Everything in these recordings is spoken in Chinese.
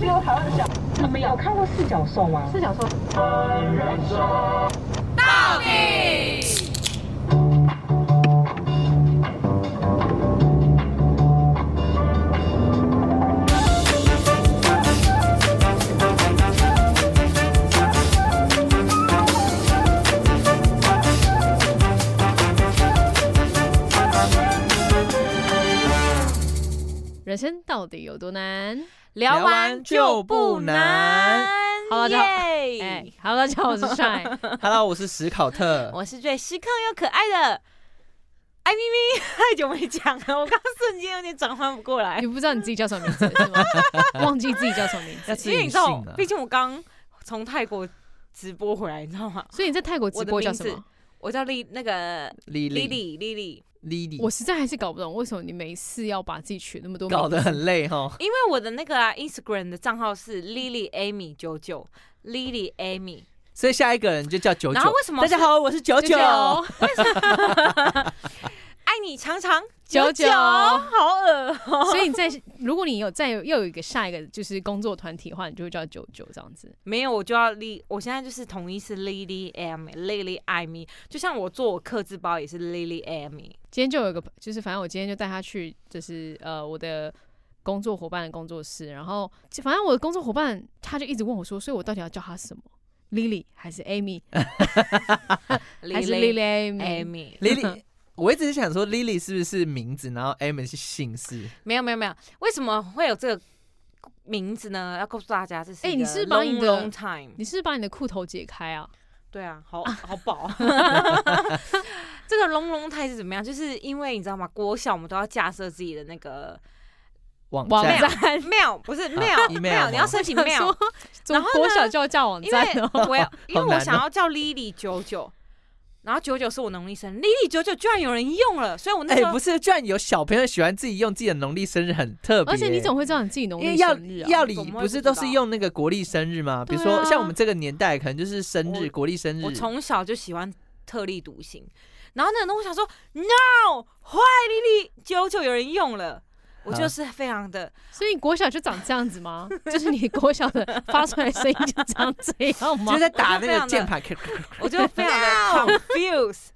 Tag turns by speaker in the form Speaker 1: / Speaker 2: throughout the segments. Speaker 1: 多台湾的小。你们有看过四角兽吗？
Speaker 2: 四角兽。
Speaker 3: 到底。
Speaker 4: 人生到底有多难？
Speaker 3: 聊完就不难。
Speaker 4: 好了就好
Speaker 3: 耶
Speaker 4: 哎、哈喽，大家好，我是帅。
Speaker 5: Hello，我是史考特。
Speaker 3: 我是最时刻又可爱的艾咪咪，太久没讲了，我刚刚瞬间有点转换不过来
Speaker 4: 你，不知道你自己叫什么名字是 吗？忘记自己叫什么名字
Speaker 5: 要，自
Speaker 3: 因为你
Speaker 5: 隐
Speaker 3: 知
Speaker 5: 性
Speaker 3: 道
Speaker 5: 啊，，
Speaker 3: 毕竟我刚从泰国直播回来，你知道吗？
Speaker 4: 所以你在泰国直播叫什
Speaker 3: 我的名
Speaker 4: 么？
Speaker 3: 我叫丽那个
Speaker 5: 莉
Speaker 3: 丽
Speaker 5: 莉
Speaker 3: 丽丽丽，
Speaker 5: 莉莉，
Speaker 4: 我实在还是搞不懂为什么你每次要把自己取那么多名字
Speaker 5: 搞得很累哈。
Speaker 3: 因为我的那个、啊、Instagram 的账号是 Lily Amy 九九 Lily Amy，
Speaker 5: 所以下一个人就叫九
Speaker 3: 然后
Speaker 5: 九。
Speaker 3: 为什么
Speaker 5: 大家
Speaker 3: 是
Speaker 5: 好，我是九
Speaker 4: 九
Speaker 5: 九。
Speaker 4: 九
Speaker 3: 爱你长长
Speaker 4: 九九
Speaker 3: 九，好恶哦、
Speaker 4: 所以你在如果你有再又有一个下一个就是工作团体的话，你就会叫九九这样子。
Speaker 3: 没有，我就要 Li，我现在就是统一是 Lily Amy，Lily Amy，就像我做我克制包也是 Lily Amy。
Speaker 4: 今天就有一个，就是反正我今天就带他去，就是呃我的工作伙伴的工作室，然后就反正我的工作伙伴他就一直问我说，所以我到底要叫他什么？Lily 还是 Amy 还是 Lily Amy？
Speaker 3: Amy？
Speaker 5: 莉 莉，我一直想说莉莉是不是名字，然后 M 是姓氏。
Speaker 3: 没有没有没有，为什么会有这个名字呢？要告诉大家这是
Speaker 4: 哎
Speaker 3: 一
Speaker 4: 你
Speaker 3: 个
Speaker 4: 是把你
Speaker 3: long
Speaker 4: 的
Speaker 3: long time，
Speaker 4: 你是不是把你的裤头解开啊？
Speaker 3: 对啊，好 好饱。这个 long long time 是怎么样？就是因为你知道吗？国小我们都要架设自己的那个
Speaker 5: 网
Speaker 4: 网
Speaker 5: 站
Speaker 4: 站
Speaker 3: mail，不是 mail
Speaker 5: 啊 email
Speaker 3: mail，你要
Speaker 5: 吗
Speaker 3: 啊 申请
Speaker 4: 想
Speaker 3: mail，
Speaker 4: 说，从
Speaker 3: 然后呢
Speaker 4: 国小就要架网
Speaker 3: 因
Speaker 4: 站
Speaker 3: 为
Speaker 4: 哦、
Speaker 3: 我要，因为我
Speaker 5: 难哦
Speaker 3: 想要叫 Lily 九九，然后九九是我农历生日，Lily 九九居然有人用了，所以我那
Speaker 5: 哎、
Speaker 3: 时候、
Speaker 5: 不是，居然有小朋友喜欢自己用自己的农历生日，很特 别、
Speaker 4: 而且你怎么会知道你自己农
Speaker 5: 因为
Speaker 4: 历
Speaker 5: 要
Speaker 4: 生日啊？
Speaker 5: 要理
Speaker 3: 怎么会
Speaker 5: 不
Speaker 3: 不知
Speaker 5: 是都是
Speaker 3: 道
Speaker 5: 用那个国历生日吗？比如
Speaker 4: 对
Speaker 5: 说
Speaker 4: 啊
Speaker 5: 像我们这个年代，可能就是生日、
Speaker 3: 我
Speaker 5: 国历生日。
Speaker 3: 我从小就喜欢特立独行，然后那个东西我想说，No，坏 Lily 九九有人用
Speaker 5: 啊
Speaker 3: 了，我就是非常的，
Speaker 4: 所以你国小就长这样子吗？ 就是你国小的发出来的声音就长这样吗
Speaker 5: 就？在打
Speaker 3: 我就
Speaker 5: 那
Speaker 3: 非
Speaker 5: 个
Speaker 3: 常
Speaker 5: 键
Speaker 3: 的
Speaker 5: 盘，咔咔
Speaker 3: 我就非 常的 confused。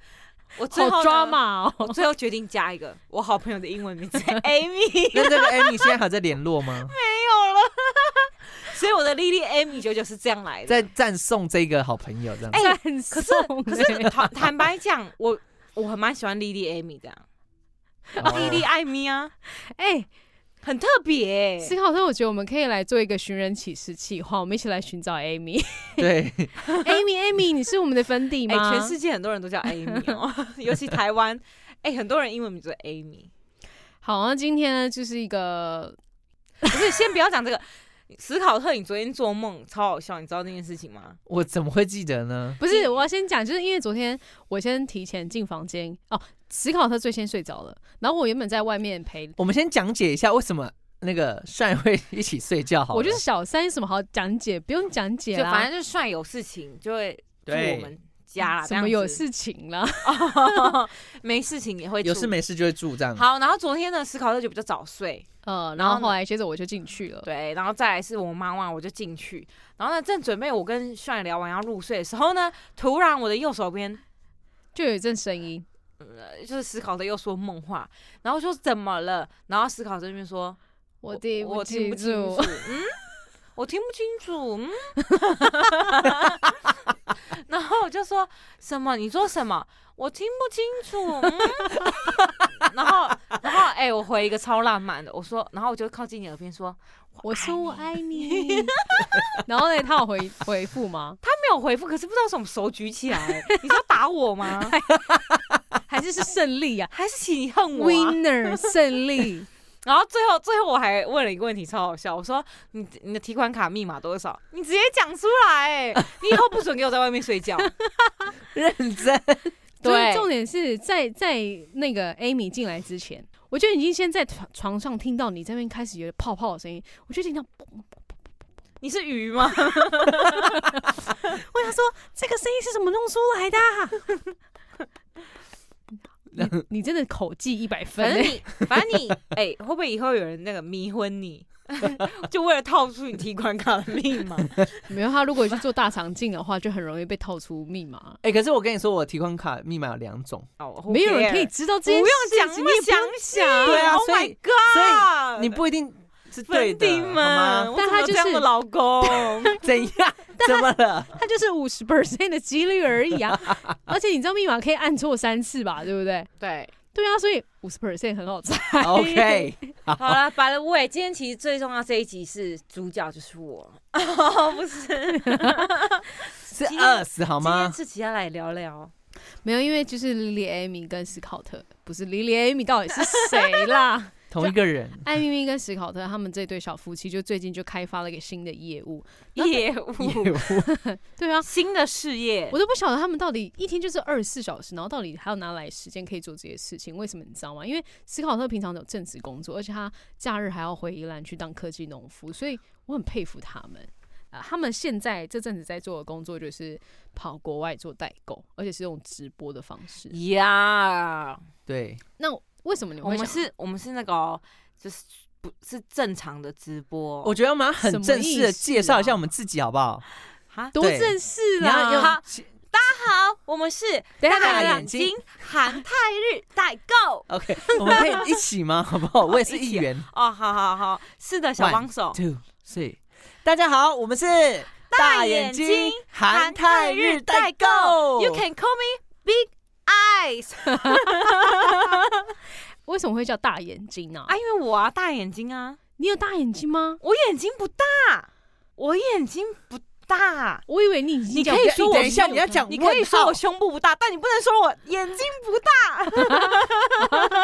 Speaker 3: 我最
Speaker 4: 好
Speaker 3: 后
Speaker 4: 抓
Speaker 3: 呢，
Speaker 4: 马哦！
Speaker 3: 我最后决定加一个我好朋友的英文名字 Amy
Speaker 5: 那这个 Amy 现在还在联络 吗？
Speaker 3: 没有了，所以我的 Lily Amy 九九是这样来的。
Speaker 5: 在赞颂这个好朋友这样子。
Speaker 3: 哎
Speaker 4: 赞
Speaker 3: 可是
Speaker 4: 颂
Speaker 3: 可是
Speaker 4: 欸
Speaker 3: 坦坦白讲，我我很蛮喜欢莉莉艾米这样，莉莉
Speaker 5: 哦
Speaker 3: 艾米啊，
Speaker 4: 哎，
Speaker 3: 很特别、欸
Speaker 4: 思考生，我觉得我们可以来做一个寻人启事计划，我们一起来寻找 Amy。
Speaker 5: 对，
Speaker 4: Amy，Amy，你是我们的粉底
Speaker 3: 哎、
Speaker 4: 吗？
Speaker 3: 全世界很多人 都叫 Amy 哦，尤其台湾，哎、很多人英文名字叫 Amy。
Speaker 4: 好，那今天呢，就是一个
Speaker 3: 不是，先不要讲这个。史考特，你昨天做梦超好笑，你知道那件事情吗？
Speaker 5: 我怎么会记得呢？
Speaker 4: 不是，我要先讲，就是因为昨天我先提前进房间哦，史考特最先睡着了，然后我原本在外面陪
Speaker 5: 我们先讲解一下为什么那个善会 一起睡觉好了。
Speaker 4: 我就是小三，有什么好讲解？不用讲解
Speaker 3: 就
Speaker 4: 啦，
Speaker 3: 反正就是帅有事情就会住我
Speaker 5: 对
Speaker 3: 们家
Speaker 4: 嗯什
Speaker 3: 啦，
Speaker 4: 么
Speaker 3: 这样
Speaker 4: 有
Speaker 3: 子，
Speaker 4: 事情啦？
Speaker 3: 没事情也会
Speaker 5: 有
Speaker 3: 住
Speaker 5: 事没事就会住这样。
Speaker 3: 好。然后昨天呢，史考特就比较早睡，
Speaker 4: 呃，
Speaker 3: 然
Speaker 4: 然
Speaker 3: 后
Speaker 4: 后后来接着我就进去了。
Speaker 3: 对，然后再来是我妈妈，我就进去。然后呢，正准备我跟帅聊完要入睡的时候呢，突然我的右手边
Speaker 4: 就有一阵声音，
Speaker 3: 呃就是思考的又说梦话，然后我说怎么了？然后思考这边说，
Speaker 4: 我听
Speaker 3: 我听
Speaker 4: 清
Speaker 3: 不清
Speaker 4: 楚
Speaker 3: 楚，，嗯，我听不清楚，嗯。 然后我就说什么？你说什么？我听不清楚。嗯、然后，然后，哎、我回一个超浪漫的，我说，然后我就靠近你耳边说，
Speaker 4: 我说我爱你
Speaker 3: 你。
Speaker 4: 然后呢，他有回回复吗？
Speaker 3: 没有回复，可是不知道为什么手举起来，你是要打我吗？
Speaker 4: 还是是胜利 呀、
Speaker 3: 还是请你恨我、啊？
Speaker 4: ？Winner 胜利，
Speaker 3: 然后最后最后我还问了一个问题，超好笑。我说你你的提款卡密码多少？你直接讲出来、哎你以后不准给我在外面睡觉。
Speaker 5: 认真。
Speaker 4: 就是
Speaker 3: 对
Speaker 4: 重点是在在那个 Amy 进来之前，我就已经先在床床上听到你这边开始有泡泡的声音，我就听到
Speaker 3: 你是鱼吗？
Speaker 4: 我想说这个声音是怎么弄出来的啊、 你你真的口技一百分、
Speaker 3: 反
Speaker 4: 欸
Speaker 3: 正，你反正你哎、会不会以后有人那个迷昏你？ 就为了套出你提款卡的密码。
Speaker 4: 没有他如果去做大肠镜的话，就很容易被套出密码。
Speaker 5: 哎、可是我跟你说，我提款卡密码有两种，
Speaker 3: 哦
Speaker 4: 没有人可以知道
Speaker 3: 不
Speaker 4: 这件
Speaker 3: 用
Speaker 4: 事
Speaker 3: 讲
Speaker 4: 情，
Speaker 3: 那
Speaker 4: 你
Speaker 3: 么
Speaker 4: 也不
Speaker 3: 详
Speaker 4: 用
Speaker 3: 细，
Speaker 5: 对啊
Speaker 3: Oh
Speaker 5: 所
Speaker 3: my
Speaker 5: 以
Speaker 3: God！
Speaker 5: 你不一定是对
Speaker 3: 粉
Speaker 5: 的，
Speaker 3: 底
Speaker 5: 好
Speaker 3: 们，
Speaker 5: 吗？
Speaker 3: 我
Speaker 4: 但
Speaker 3: 怎
Speaker 4: 他
Speaker 3: 么有
Speaker 4: 就
Speaker 3: 这样
Speaker 4: 是
Speaker 3: 的老公，
Speaker 5: 怎样？怎么了？
Speaker 4: 它就是五十 percent 的几率而已啊。而且你知道密码可以按错三次吧，对不对？
Speaker 3: 对，
Speaker 4: 对啊，所以五十 percent 很好 猜。
Speaker 5: OK，
Speaker 3: 好了，白了喂，今天其实最重要这一集是主角就是我， 不是？
Speaker 5: 是
Speaker 3: 今天
Speaker 5: 二十好
Speaker 3: 今天
Speaker 5: 吗？
Speaker 3: 自己要来聊聊，
Speaker 4: 没有，因为就是莉莉 Amy 跟史考特，不是莉莉 Amy 到底是谁 啦？
Speaker 5: 同一个人，
Speaker 4: 艾咪咪跟史考特他们这对小夫妻就最近就开发了一个新的业务。那
Speaker 3: 业务
Speaker 5: 业务
Speaker 4: 对啊，
Speaker 3: 新的事业
Speaker 4: 我，都不晓得他们到底一天就是二十四小时，然后到底还要拿来时间可以做这些事情？为什么你知道吗？因为斯考特平常有正职工作，而且他假日还要回宜兰去当科技农夫， 所以我很佩服他们。啊、他们现在这阵子在做的工作就是跑国外做代购，而且是用直播的方式。
Speaker 3: 呀，
Speaker 5: 对，
Speaker 4: 那为什么你
Speaker 3: 我
Speaker 4: 会
Speaker 3: 们
Speaker 4: 想？
Speaker 3: 是，我们是那个哦就是不是正常的直播，
Speaker 5: 我觉得我们要很正式的介绍一下我们自己，好不好？
Speaker 3: 哈，
Speaker 4: 多
Speaker 5: 对
Speaker 4: 正式
Speaker 5: 你
Speaker 4: 啦！
Speaker 5: 要用
Speaker 3: 啊好好，我们是
Speaker 4: 等一下，
Speaker 5: 大
Speaker 4: 等一
Speaker 5: 眼
Speaker 4: 下，
Speaker 5: 睛
Speaker 3: 韩泰日代购。
Speaker 5: OK，我们可以一起吗？好不好？我也是一员。
Speaker 3: 哦，好好好，是的，小
Speaker 5: One,
Speaker 3: 帮手，
Speaker 5: Two three，大家好，我们是
Speaker 3: 大眼睛
Speaker 5: 韩泰日代购
Speaker 3: You can call me Big Eyes
Speaker 4: 为什么会叫大眼睛呢、
Speaker 3: 啊，因为我啊大眼睛啊，
Speaker 4: 你有大眼睛吗？
Speaker 3: 我眼睛不大，我眼睛不大。
Speaker 4: 我以为你已经
Speaker 3: 你
Speaker 4: 叫
Speaker 3: 可以
Speaker 4: 大
Speaker 3: 说我
Speaker 5: 等一下
Speaker 3: 胸
Speaker 5: 你要讲
Speaker 3: 你可以说我
Speaker 5: 问号
Speaker 3: 胸部不大，但你不能说我眼睛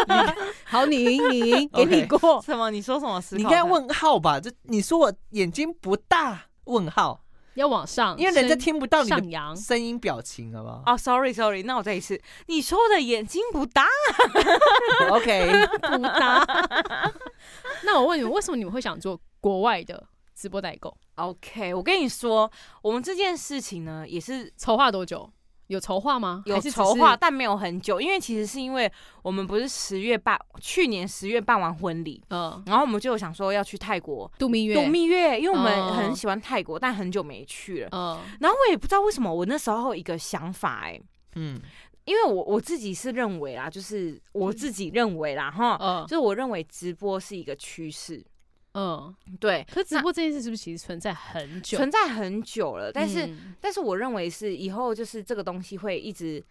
Speaker 3: 不大。
Speaker 4: 好，你赢，你赢，给你
Speaker 5: OK
Speaker 4: 过。
Speaker 3: 什么？你说什么？思
Speaker 5: 你应
Speaker 3: 考
Speaker 5: 该
Speaker 3: 的，
Speaker 5: 问号吧？这你说我眼睛不大？问号，
Speaker 4: 要往上，
Speaker 5: 因为人家
Speaker 4: 升
Speaker 5: 听不到你
Speaker 4: 上
Speaker 5: 的
Speaker 4: 扬。
Speaker 5: 声音表情，好不好
Speaker 3: 哦，sorry，sorry，那我再一次，你说的眼睛不大，
Speaker 5: ？OK，
Speaker 4: 不搭。 那我问你们，为什么你们会想做国外的直播代购？
Speaker 3: OK，我跟你说，我们这件事情呢，也是
Speaker 4: 筹划多久？有筹划吗？
Speaker 3: 有
Speaker 4: 还是只
Speaker 3: 筹划，
Speaker 4: 是？
Speaker 3: 但没有很久，因为其实是因为我们不是十月办，去年十月办完婚礼，
Speaker 4: 呃，
Speaker 3: 然后我们就有想说要去泰国
Speaker 4: 度蜜月。
Speaker 3: 度。蜜月，因为我
Speaker 4: 哦
Speaker 3: 们很喜欢泰国，但很久没去了。
Speaker 4: 呃，
Speaker 3: 然后我也不知道为什么，我那时候有一个想法、哎，
Speaker 5: 嗯，
Speaker 3: 因为我我自己是认为啦，就是
Speaker 4: 嗯
Speaker 3: 我自己认为啦，哈，
Speaker 4: 呃
Speaker 3: 就，是我认为直播是一个趋势，
Speaker 4: 嗯。
Speaker 3: 对，
Speaker 4: 可直播这件事是不是其实存在很久？
Speaker 3: 存在很久了，但是
Speaker 4: 嗯
Speaker 3: 但是我认为是以后就是这个东西会一直，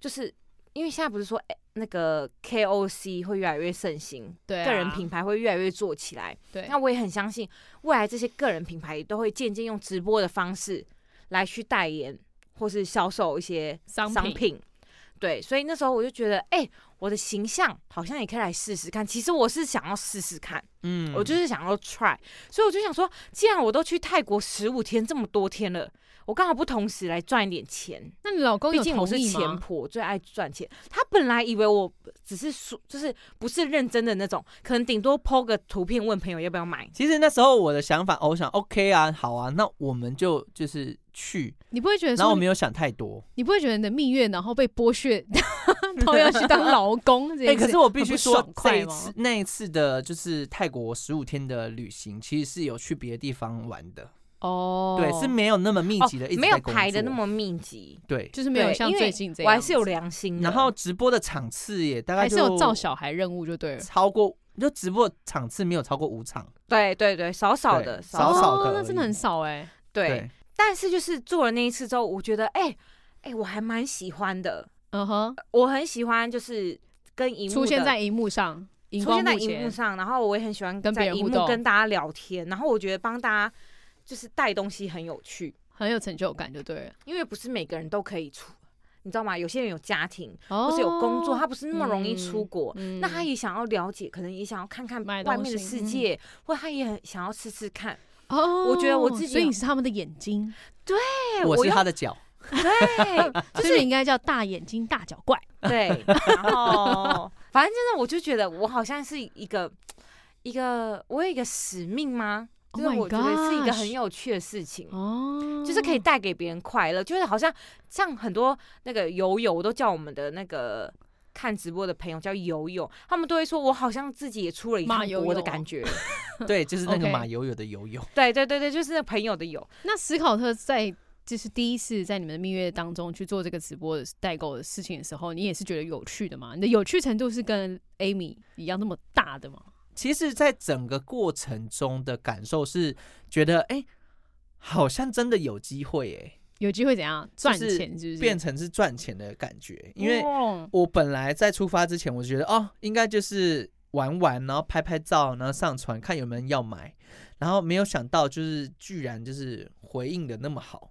Speaker 3: 就是因为现在不是说、哎那个 KOC 会越来越盛行，
Speaker 4: 对啊
Speaker 3: 个人品牌会越来越做起来。
Speaker 4: 对
Speaker 3: 那我也很相信未来这些个人品牌都会渐渐用直播的方式来去代言或是销售一些
Speaker 4: 商
Speaker 3: 商品。对，所以那时候我就觉得，哎、我的形象好像也可以来试试看。其实我是想要试试看。
Speaker 5: 嗯
Speaker 3: 我就是想要 try，所以我就想说，既然我都去泰国十五天这么多天了，我刚好不同时来赚一点钱。
Speaker 4: 那你老公
Speaker 3: 毕
Speaker 4: 有
Speaker 3: 竟
Speaker 4: 同
Speaker 3: 我是
Speaker 4: 意
Speaker 3: 钱
Speaker 4: 吗？
Speaker 3: 婆，我最爱赚钱。他本来以为我只是说，就是不是认真的那种，可能顶多 PO 个图片问朋友要不要买。
Speaker 5: 其实那时候我的想法，哦我想 OK 啊，好啊，那我们就就是去，
Speaker 4: 你不会觉得
Speaker 5: 然
Speaker 4: 说
Speaker 5: 后我
Speaker 4: 你，
Speaker 5: 没有想太多。
Speaker 4: 你不会觉得你的蜜月然后被剥 削，到要去当劳工这
Speaker 5: 哎、
Speaker 4: 件事？
Speaker 5: 可是我必
Speaker 4: 很
Speaker 5: 须
Speaker 4: 不
Speaker 5: 说
Speaker 4: 爽，
Speaker 5: 这
Speaker 4: 快
Speaker 5: 一
Speaker 4: 吗
Speaker 5: 次？那一次的就是泰国十五天的旅行，其实是有去别的地方玩的，
Speaker 4: 哦，
Speaker 5: 对，是没有那么密
Speaker 3: 哦
Speaker 5: 集的，一直
Speaker 3: 没有
Speaker 5: 在工
Speaker 3: 排的那
Speaker 5: 作
Speaker 3: 么密集，
Speaker 5: 对。
Speaker 4: 就是 没有
Speaker 3: 对
Speaker 4: 像
Speaker 3: 因为
Speaker 4: 最近这
Speaker 3: 我
Speaker 4: 样子，
Speaker 3: 还是有良心的。
Speaker 5: 然后直播的场次也大概
Speaker 4: 还是
Speaker 5: 就
Speaker 4: 有照小孩任务就对了。
Speaker 5: 超过，就直播的场次没有超过五场。
Speaker 3: 对对对，少少的，
Speaker 5: 对
Speaker 3: 少
Speaker 5: 少
Speaker 3: 少
Speaker 5: 少
Speaker 4: 哦，
Speaker 5: 的而
Speaker 4: 那真的
Speaker 5: 已
Speaker 4: 很少哎。
Speaker 3: 对。，但是就是做了那一次之后，我觉得，哎、哎、我还蛮喜欢的，
Speaker 4: 嗯哼，
Speaker 3: 我很喜欢，就是跟荧幕
Speaker 4: 出现
Speaker 3: 的
Speaker 4: 在荧幕上，荧
Speaker 3: 出
Speaker 4: 光
Speaker 3: 现在
Speaker 4: 幕
Speaker 3: 荧幕
Speaker 4: 前，
Speaker 3: 上，然后我也很喜欢
Speaker 4: 跟别
Speaker 3: 在
Speaker 4: 人
Speaker 3: 荧
Speaker 4: 互
Speaker 3: 幕
Speaker 4: 动
Speaker 3: 跟大家聊天，然后我觉得帮大家就是带东西很有趣，
Speaker 4: 很有成就感，就对了。
Speaker 3: 因为不是每个人都可以出，你知道吗？有些人有家庭
Speaker 4: 哦
Speaker 3: 或是有工作，他不是那么容易出国。
Speaker 4: 嗯
Speaker 3: 那他也想要了解，可能也想要看看
Speaker 4: 买
Speaker 3: 外
Speaker 4: 东
Speaker 3: 面的
Speaker 4: 西
Speaker 3: 世
Speaker 4: 嗯
Speaker 3: 界，或他也很想要吃吃看。
Speaker 4: 哦，
Speaker 3: 我觉得我自己
Speaker 4: 所以你是他们的眼睛，
Speaker 3: 对，
Speaker 5: 哎我是
Speaker 3: 又
Speaker 5: 他 的脚，
Speaker 3: 对
Speaker 4: 就是你应该叫大眼睛大脚怪。
Speaker 3: 对，然后 反正真的，我就觉得我好像是一个一个，我有一个使命吗？就是
Speaker 4: Oh my
Speaker 3: 我觉得是一个
Speaker 4: gosh
Speaker 3: 很有趣的事情。
Speaker 4: 哦，
Speaker 3: 嗯就是可以带给别人快乐，就是好像像很多那个友友都叫我们的那个看直播的朋友叫友友，他们都会说我好像自己也出了一
Speaker 4: 马
Speaker 3: 趟
Speaker 4: 友
Speaker 3: 国的
Speaker 4: 友
Speaker 3: 感觉。
Speaker 5: 对，就是那个
Speaker 4: OK
Speaker 5: 马友友的友友。
Speaker 3: 对对对对，就是那朋友的友。
Speaker 4: 那史考特在就是第一次在你们的蜜月当中去做这个直播的代购的事情的时候，你也是觉得有趣的吗？你的有趣程度是跟 Amy 一样那么大的吗？
Speaker 5: 其实，在整个过程中的感受是觉得，哎、好像真的有机会、诶，
Speaker 4: 有机会怎样赚钱？是不是
Speaker 5: 哎，变成是赚钱的感觉。因为
Speaker 4: 哦
Speaker 5: 我本来在出发之前，我就觉得，哦，应该就是玩玩，然后拍拍照，然后上传看有没有人要买，然后没有想到就是居然就是回应的那么好，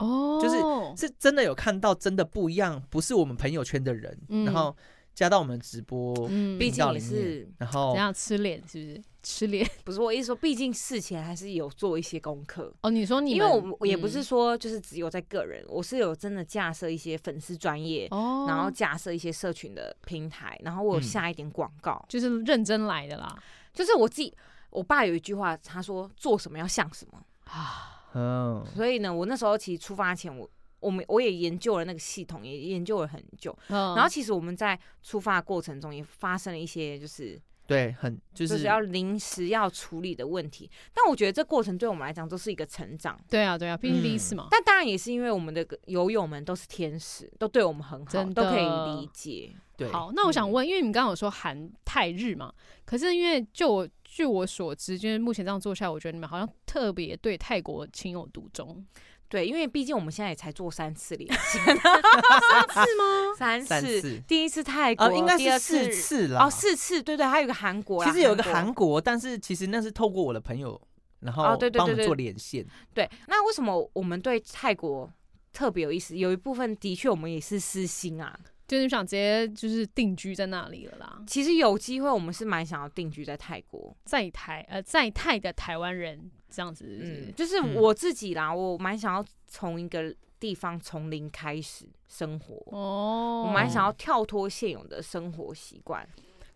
Speaker 4: 哦，
Speaker 5: 就是是真的有看到真的不一样，不是我们朋友圈的人，
Speaker 4: 嗯
Speaker 5: 然后加到我们直播
Speaker 4: 嗯
Speaker 3: 毕
Speaker 5: 频
Speaker 3: 竟
Speaker 5: 道
Speaker 3: 也
Speaker 5: 里面
Speaker 3: 是，
Speaker 5: 然后
Speaker 4: 怎样吃脸是不是吃脸？
Speaker 3: 不是我意思说，毕竟事前还是有做一些功课。
Speaker 4: 哦，你说你
Speaker 3: 因
Speaker 4: 们
Speaker 3: 为我我也不是
Speaker 4: 嗯
Speaker 3: 说就是只有在个人，我是有真的架设一些粉丝专业，
Speaker 4: 哦，
Speaker 3: 然后架设一些社群的平台，然后我有
Speaker 5: 嗯
Speaker 3: 下一点广告，
Speaker 4: 就是认真来的啦
Speaker 3: 就是我自己。我爸有一句话，他说做什么要像什么，
Speaker 4: 啊，
Speaker 5: 嗯，
Speaker 3: 所以呢，我那时候其实出发前我。我们我也研究了那个系统，也研究了很久。
Speaker 4: 然
Speaker 3: 然后其实我们在出发的过程中也发生了一些，就是
Speaker 5: 对，很就
Speaker 3: 就是是要临时要处理的问题。但我觉得这过程对我们来讲都是一个成长。
Speaker 4: 对啊对啊，毕竟第一
Speaker 5: 嗯
Speaker 4: 次嘛，
Speaker 3: 但当然也是因为我们的友友们都是天使，都对我们很好，
Speaker 4: 真的
Speaker 3: 都可以理解。
Speaker 5: 对，
Speaker 4: 好，那我
Speaker 3: 嗯
Speaker 4: 想问，因为你刚刚有说韩泰日嘛，可是因为就我据我所知，就是目前这样做下来，我觉得你们好像特别对泰国情有独钟，
Speaker 3: 对，因为毕竟我们现在也才做三次连线，
Speaker 4: 是吗？
Speaker 3: 三
Speaker 5: 三
Speaker 3: 次，哦
Speaker 5: 次，
Speaker 3: 第一次泰国，
Speaker 5: 呃，应该
Speaker 3: 第
Speaker 5: 是
Speaker 3: 二
Speaker 5: 四
Speaker 3: 次
Speaker 5: 次啦。
Speaker 3: 哦，四次，对对，还有一个韩国啦，啊
Speaker 5: 其实有一个
Speaker 3: 韩
Speaker 5: 韩国，但是其实那是透过我的朋友，然后
Speaker 3: 哦对对
Speaker 5: 帮我们
Speaker 3: 对对
Speaker 5: 做连线。
Speaker 3: 对，那为什么我们对泰国特别有意思？有一部分的确我们也是私心啊，
Speaker 4: 就是想直接就是定居在那里了啦，
Speaker 3: 其实有机会我们是蛮想要定居在泰国，
Speaker 4: 在台呃在泰的台湾人这样子是不是
Speaker 3: 嗯，就是
Speaker 5: 嗯
Speaker 3: 我自己啦，我蛮想要从一个地方从零开始生活。
Speaker 4: 哦
Speaker 3: 我蛮想要跳脱现有的生活习惯，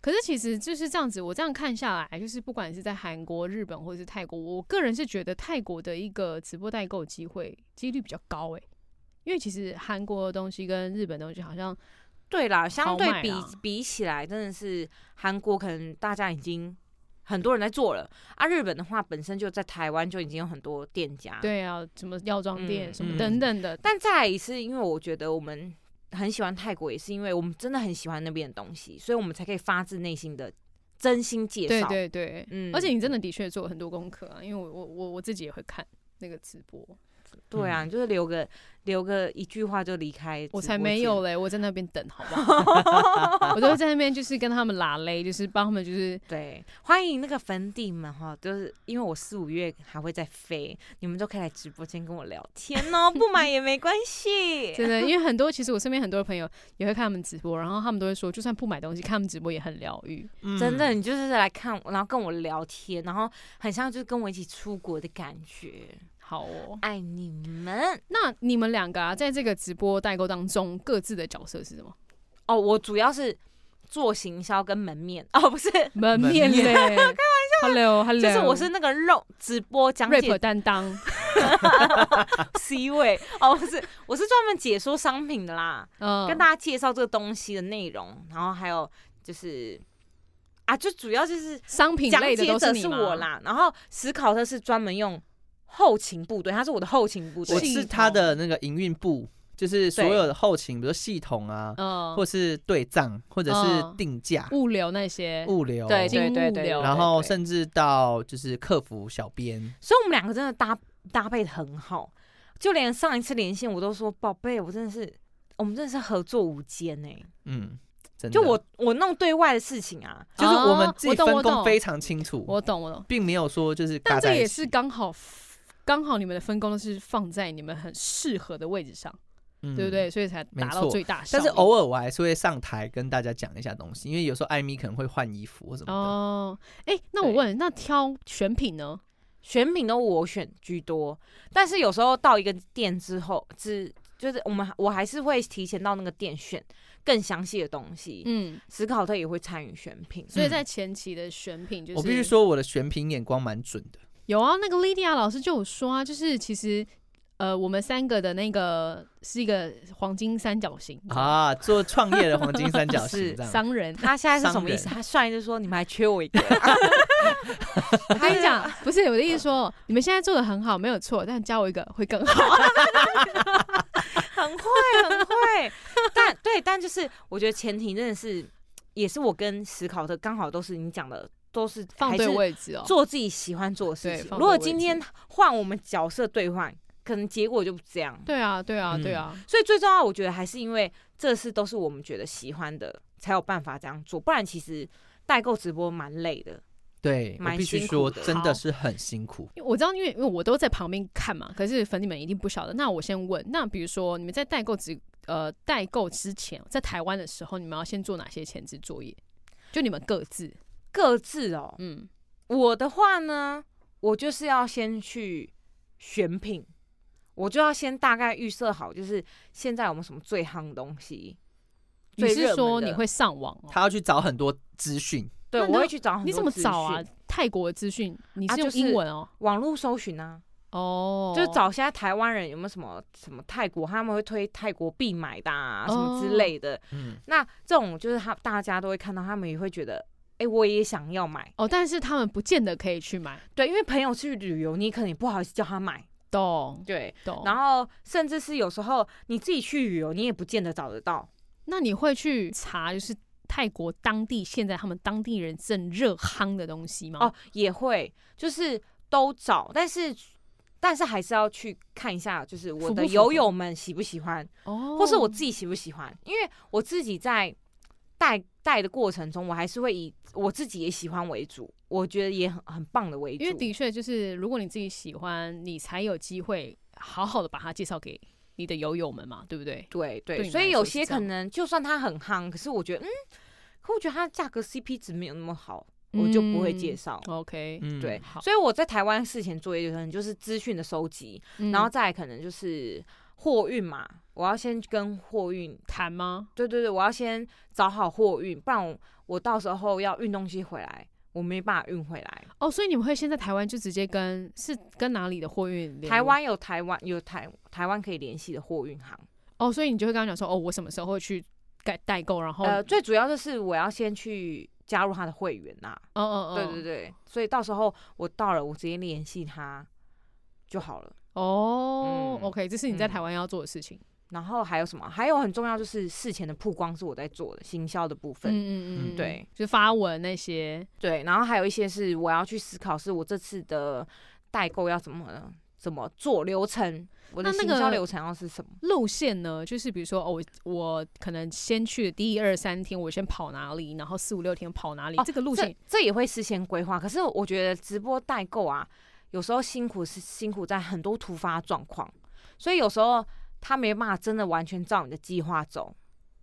Speaker 4: 可是其实就是这样子，我这样看下来，就是不管是在韩国、日本或者是泰国，我个人是觉得泰国的一个直播代购机会几率比较高诶、因为其实韩国的东西跟日本的东西好像
Speaker 3: 对啦，相对比
Speaker 4: 好卖啦
Speaker 3: 比起来，真的是韩国可能大家已经很多人在做了啊。日本的话，本身就在台湾就已经有很多店家，。
Speaker 4: 对啊，什么药妆店、
Speaker 3: 嗯
Speaker 4: 什么
Speaker 5: 嗯
Speaker 4: 等等的，
Speaker 3: 但再来一次，因为我觉得我们很喜欢泰国，也是因为我们真的很喜欢那边的东西，所以我们才可以发自内心的真心介
Speaker 4: 对
Speaker 3: 绍。
Speaker 4: 对对，
Speaker 3: 嗯
Speaker 4: 而且你真的的确做了很多功课啊，因为我我我我自己也会看那个直播，
Speaker 3: 对啊，
Speaker 5: 嗯
Speaker 3: 你就是留个留个一句话就离开直播
Speaker 4: 我
Speaker 3: 间，
Speaker 4: 才没有嘞，我在那边等，好不好？ 我都会在那边就是跟他们拉勒，就是帮他们就是
Speaker 3: 对，欢迎那个粉底们哈，就是因为我四五月还会再飞，你们都可以来直播间跟我聊天哦，不买也没关系。
Speaker 4: 真的，因为很多其实我身边很多朋友也会看他们直播，然后他们都会说，就算不买东西，看他们直播也很疗愈。
Speaker 5: 嗯
Speaker 3: 真的，你就是来看我，然后跟我聊天，然后很像就是跟我一起出国的感觉，
Speaker 4: 好哦，
Speaker 3: 爱你们
Speaker 4: 那你们两个啊，在这个直播代购当中，各自的角色是什么？
Speaker 3: 哦！我主要是做行销跟门面哦，不是，
Speaker 4: 门
Speaker 5: 门
Speaker 4: 面
Speaker 5: 面
Speaker 4: 嘞，Hello Hello，
Speaker 3: 就是我是那个肉直播讲解
Speaker 4: rap 担当，
Speaker 3: C 位哦，不是，我是专门解说商品的啦。
Speaker 4: 嗯，
Speaker 3: 跟大家介绍这个东西的内容，然后还有就是啊，就主要就是
Speaker 4: 商品
Speaker 3: 讲
Speaker 4: 类的
Speaker 3: 解
Speaker 4: 都
Speaker 3: 者
Speaker 4: 你
Speaker 3: 是
Speaker 4: 吗
Speaker 3: 我，啦，然后史考特是专门用后勤部队，他是我的后勤部
Speaker 5: 我
Speaker 3: 队，
Speaker 5: 是他的那个营运部，就是所有的后勤，比如说系统啊，
Speaker 4: 嗯，
Speaker 5: 或是对账，或者是
Speaker 4: 嗯
Speaker 5: 定价、
Speaker 4: 物流那些，
Speaker 5: 物流，
Speaker 3: 对
Speaker 4: 金
Speaker 3: 对对
Speaker 4: 物
Speaker 3: 对，
Speaker 4: 流
Speaker 5: 然后
Speaker 3: 是，
Speaker 5: 甚至到就是客服小编，
Speaker 3: 所以我们两个真的搭搭配的很好，就连上一次连线我都说宝贝，我真的是。我们真的是合作无间哎、
Speaker 5: 嗯，真的，
Speaker 3: 就我我弄对外的事情啊，
Speaker 5: 就是我们
Speaker 4: 哦
Speaker 5: 自
Speaker 4: 我
Speaker 5: 己
Speaker 4: 懂我
Speaker 5: 分
Speaker 4: 懂
Speaker 5: 工非常清楚，
Speaker 4: 我懂我懂，
Speaker 5: 并没有说就是
Speaker 4: 但
Speaker 5: 嘎
Speaker 4: 这
Speaker 5: 在一
Speaker 4: 也
Speaker 5: 起
Speaker 4: 是刚好刚好你们的分工都是放在你们很适合的位置上，
Speaker 5: 嗯
Speaker 4: 对不对？所以才
Speaker 5: 没
Speaker 4: 达到
Speaker 5: 错
Speaker 4: 最大效
Speaker 5: 但
Speaker 4: 益。
Speaker 5: 是偶尔我还是会上台跟大家讲一下东西，因为有时候艾米可能会换衣服或什么
Speaker 4: 哦，哎、那我问，那挑选品呢？
Speaker 3: 选品都我选居多，但是有时候到一个店之后，只就是我们我还是会提前到那个店选更详细的东西。
Speaker 4: 嗯，
Speaker 3: 史考特也会参与选品，
Speaker 4: 所以在前期的选品就是，哦
Speaker 5: 的。嗯我必须说我的选品眼光蛮准的，
Speaker 4: 有啊，那个 Lydia 老师就有说啊，就是其实。呃，我们三个的那个是一个黄金三角形，
Speaker 5: 啊，做创业的黄金三 角
Speaker 3: 是
Speaker 5: 形这样。
Speaker 4: 商人。
Speaker 3: 他现在是什么意思？
Speaker 5: 商
Speaker 3: 他算是说你们还缺我一个，啊
Speaker 4: 我 跟你讲，不是我的意思说，你们现在做的很好，没有错，但教我一个会更好。
Speaker 3: 很会很会。但对，但就是我觉得前提真的是，也是我跟史考特刚好都是你讲的，都是
Speaker 4: 放
Speaker 3: 还
Speaker 4: 对
Speaker 3: 是
Speaker 4: 位置哦，
Speaker 3: 做自己喜欢做的事
Speaker 4: 对
Speaker 3: 情。
Speaker 4: 放
Speaker 3: 如果
Speaker 4: 对位
Speaker 3: 今
Speaker 4: 置
Speaker 3: 天换我们角色兑换，可能结果就不这样。
Speaker 4: 对啊，对啊，
Speaker 5: 嗯
Speaker 4: 对啊，
Speaker 3: 所以最重要，我觉得还是因为这事都是我们觉得喜欢的，才有办法这样做。不然其实代购直播蛮累的。
Speaker 5: 对，我
Speaker 3: 蛮
Speaker 5: 必须
Speaker 3: 辛苦
Speaker 5: 说，
Speaker 3: 的
Speaker 5: 真
Speaker 4: 好
Speaker 5: 的是很辛苦。
Speaker 4: 因为我知道，因为因为我都在旁边看嘛，可是粉底们一定不晓得。那我先问，那比如说你们在代购之呃代购之前，在台湾的时候，你们要先做哪些前置作业？就你们各自，
Speaker 3: 各自哦，
Speaker 4: 嗯，
Speaker 3: 我的话呢，我就是要先去选品，我就要先大概预设好，就是现在有没有什么最夯的东西。
Speaker 4: 你
Speaker 3: 最热
Speaker 4: 是
Speaker 3: 门
Speaker 4: 说
Speaker 3: 的
Speaker 4: 你会上网、哦？
Speaker 5: 他要去找很多资讯，
Speaker 3: 对，
Speaker 4: 那你
Speaker 3: 我
Speaker 4: 要
Speaker 3: 会去找很多
Speaker 4: 你怎么
Speaker 3: 资
Speaker 4: 找啊
Speaker 3: 讯？？
Speaker 4: 泰国的资讯你
Speaker 3: 啊
Speaker 4: 是用
Speaker 3: 就是
Speaker 4: 英文哦？
Speaker 3: 网络搜寻啊，
Speaker 4: 哦，
Speaker 3: 就找现在台湾人有没有什么什么泰国，他们会推泰国必买的啊，什么
Speaker 4: 哦
Speaker 3: 之类的。
Speaker 5: 嗯，
Speaker 3: 那这种就是他大家都会看到，他们也会觉得，哎、我也想要买。
Speaker 4: 哦，但是他们不见得可以去买，
Speaker 3: 对，因为朋友去旅游，你可能也不好意思叫他买。
Speaker 4: 懂
Speaker 3: 对，
Speaker 4: 懂。
Speaker 3: 然
Speaker 4: 后，
Speaker 3: 后甚至是有时候你自己去旅游，你也不见得找得到。
Speaker 4: 那你会去查就是泰国当地现在他们当地人正热夯的东西吗？
Speaker 3: 哦，也会就是都找，但是但是还是要去看一下，就是
Speaker 4: 符
Speaker 3: 我
Speaker 4: 不
Speaker 3: 的
Speaker 4: 符合
Speaker 3: 友友们喜不喜欢，
Speaker 4: 哦
Speaker 3: 或是我自己喜不喜欢，因为我自己在带带的过程中，我还是会以我自己也喜欢为主，我觉得也很很棒的为主。
Speaker 4: 因为的确就是，如果你自己喜欢，你才有机会好好的把它介绍给你的友友们嘛，对不对？
Speaker 3: 对
Speaker 4: 对
Speaker 3: 对，
Speaker 4: 你
Speaker 3: 所以
Speaker 4: 来
Speaker 3: 有
Speaker 4: 说是
Speaker 3: 些
Speaker 4: 这
Speaker 3: 可
Speaker 4: 样
Speaker 3: 能就算它很夯，可是我觉得嗯，可我觉得它价格 CP 值没有那么好，我就不会介
Speaker 4: 嗯。
Speaker 3: 绍。
Speaker 4: OK，、
Speaker 5: 嗯
Speaker 3: 对，
Speaker 4: 好
Speaker 3: 所以我在台湾事前作业可能就是资讯的收集，然后
Speaker 4: 嗯
Speaker 3: 再来可能就是货运嘛，我要先跟货运，
Speaker 4: 谈吗？
Speaker 3: 对对对，我要先找好货运，不然我我到时候要运东西回来，我没办法运回来。
Speaker 4: 哦，所以你们会先在台湾就直接跟是跟哪里的货运联络
Speaker 3: 台湾有台湾有台台湾可以联系的货运行，
Speaker 4: 哦，所以你就会跟他讲说，哦，我什么时候会去代代购，然后
Speaker 3: 呃，最主要的是我要先去加入他的会员啊啦、
Speaker 4: 嗯嗯嗯，
Speaker 3: 对对对，所以到时候我到了，我直接联系他就好了。
Speaker 4: 哦、
Speaker 3: 嗯
Speaker 4: o k 这是你在
Speaker 3: 嗯
Speaker 4: 台湾要做的事情。
Speaker 3: 然后还有什么？还有很重要就是事前的曝光是我在做的行销的部分，
Speaker 4: 嗯
Speaker 5: 嗯
Speaker 3: 对，
Speaker 4: 就发文那些，
Speaker 3: 对。然后还有一些是我要去思考，是我这次的代购要怎么怎么做流程，我的
Speaker 4: 那那
Speaker 3: 行
Speaker 4: 个
Speaker 3: 销流程要是什么？
Speaker 4: 路线呢，就是比如说，哦，我我可能先去的第一二三天，我先跑哪里，然后四五六天跑哪里，
Speaker 3: 哦
Speaker 4: 这个路
Speaker 3: 这
Speaker 4: 线
Speaker 3: 这也会事先规划。可是我觉得直播代购啊，有时候辛苦是辛苦在很多突发状况，所以有时候他没办法真的完全照你的计划走。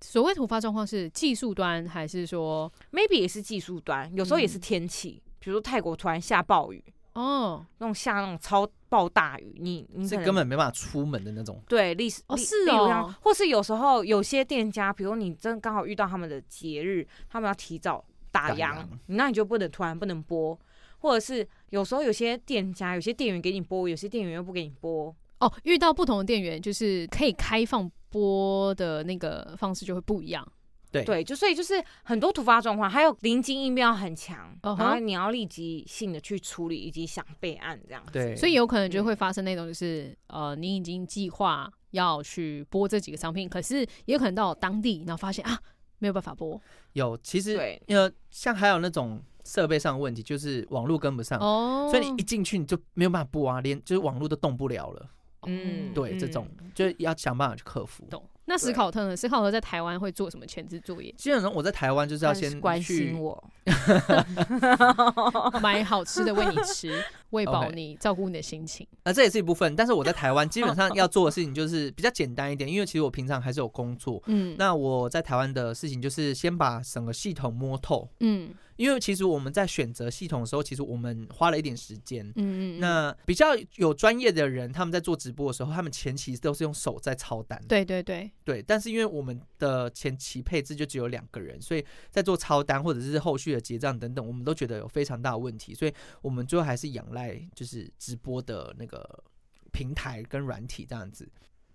Speaker 4: 所谓突发状况是技术端还是说
Speaker 3: maybe 也是技术端，有时候也是
Speaker 4: 嗯
Speaker 3: 天气，比如说泰国突然下暴雨，
Speaker 4: 哦
Speaker 3: 那种下那种超暴大雨，你你可
Speaker 5: 是
Speaker 3: 能
Speaker 5: 根本没办法出门的那种。
Speaker 3: 对历史
Speaker 4: 哦
Speaker 3: 历
Speaker 4: 是
Speaker 3: 例如
Speaker 4: 哦
Speaker 3: 像或是有时候有些店家，比如你真的刚好遇到他们的节日，他们要提早打
Speaker 5: 打
Speaker 3: 烊
Speaker 5: 烊，
Speaker 3: 那你就不能突然不能播，或者是有时候有些店家有些店员给你播，有些店员又不给你播，
Speaker 4: 哦，遇到不同的店员，就是可以开放播的那个方式就会不一样。
Speaker 5: 对
Speaker 3: 对，就所以就是很多突发状况，还有临机应变要很强，
Speaker 4: 嗯
Speaker 3: 然
Speaker 4: 哼
Speaker 3: 后你要立即性的去处理以及想备案这样子。
Speaker 5: 对，
Speaker 4: 所以有可能就
Speaker 3: 嗯
Speaker 4: 会发生那种，就是、呃，你已经计划要去播这几个商品，可是也有可能到当地，然后发现啊，没有办法播
Speaker 5: 有其实
Speaker 3: 对
Speaker 5: 呃，像还有那种设备上的问题，就是网络跟不上，
Speaker 4: 哦
Speaker 5: 所以你一进去你就没有办法播啊，连就是网络都动不了了。
Speaker 3: 嗯
Speaker 5: 对，这种就要想办法去克服。？
Speaker 4: 懂。那史考特呢？史考特在台湾会做什么前置作业
Speaker 5: 基本上我在台湾就是要
Speaker 3: 他是
Speaker 5: 先
Speaker 3: 关
Speaker 5: 去
Speaker 3: 心我，
Speaker 4: 买好吃的喂你吃， 喂饱
Speaker 5: OK
Speaker 4: 你，照顾你的心情。
Speaker 5: 啊，这也是一部分。但是我在台湾基本上要做的事情就是比较简单一点，因为其实我平常还是有工作。
Speaker 4: 嗯
Speaker 5: 那我在台湾的事情就是先把整个系统摸透，
Speaker 4: 嗯
Speaker 5: 因为其实我们在选择系统的时候，其实我们花了一点时间。
Speaker 4: 嗯嗯，
Speaker 5: 那比较有专业的人，他们在做直播的时候，他们前期都是用手在抄单，
Speaker 4: 对对对，
Speaker 5: 对。但是因为我们的前期配置就只有两个人，所以在做抄单或者是后续的结账等等，我们都觉得有非常大的问题，所以我们最后还是仰赖就是直播的那个平台跟软体这样子。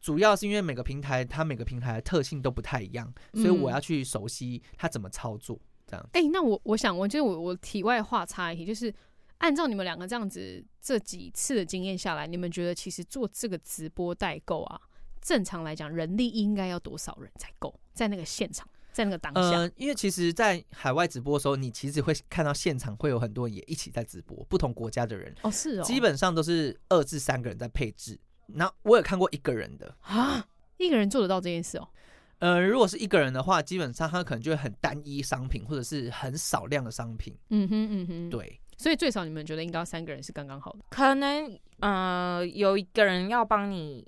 Speaker 5: 主要是因为每个平台它每个平台的特性都不太一样，所以我
Speaker 4: 嗯
Speaker 5: 要去熟悉它怎么操作。这样，
Speaker 4: 哎、那我我想问，就是我我题外话插一题，就是按照你们两个这样子这几次的经验下来，你们觉得其实做这个直播代购啊，正常来讲人力应该要多少人才够？在那个现场，在那个当下，
Speaker 5: 嗯，因为其实，在海外直播的时候，你其实会看到现场会有很多人也一起在直播，不同国家的人，
Speaker 4: 哦，是哦，
Speaker 5: 基本上都是二至三个人在配置。那我有看过一个人的，
Speaker 4: 啊，一个人做得到这件事哦，
Speaker 5: 呃，如果是一个人的话，基本上他可能就会很单一商品，或者是很少量的商品。
Speaker 4: 嗯哼嗯哼，，
Speaker 5: 对，
Speaker 4: 所以最少你们觉得应该要三个人是刚刚好的，
Speaker 3: 可能呃有一个人要帮你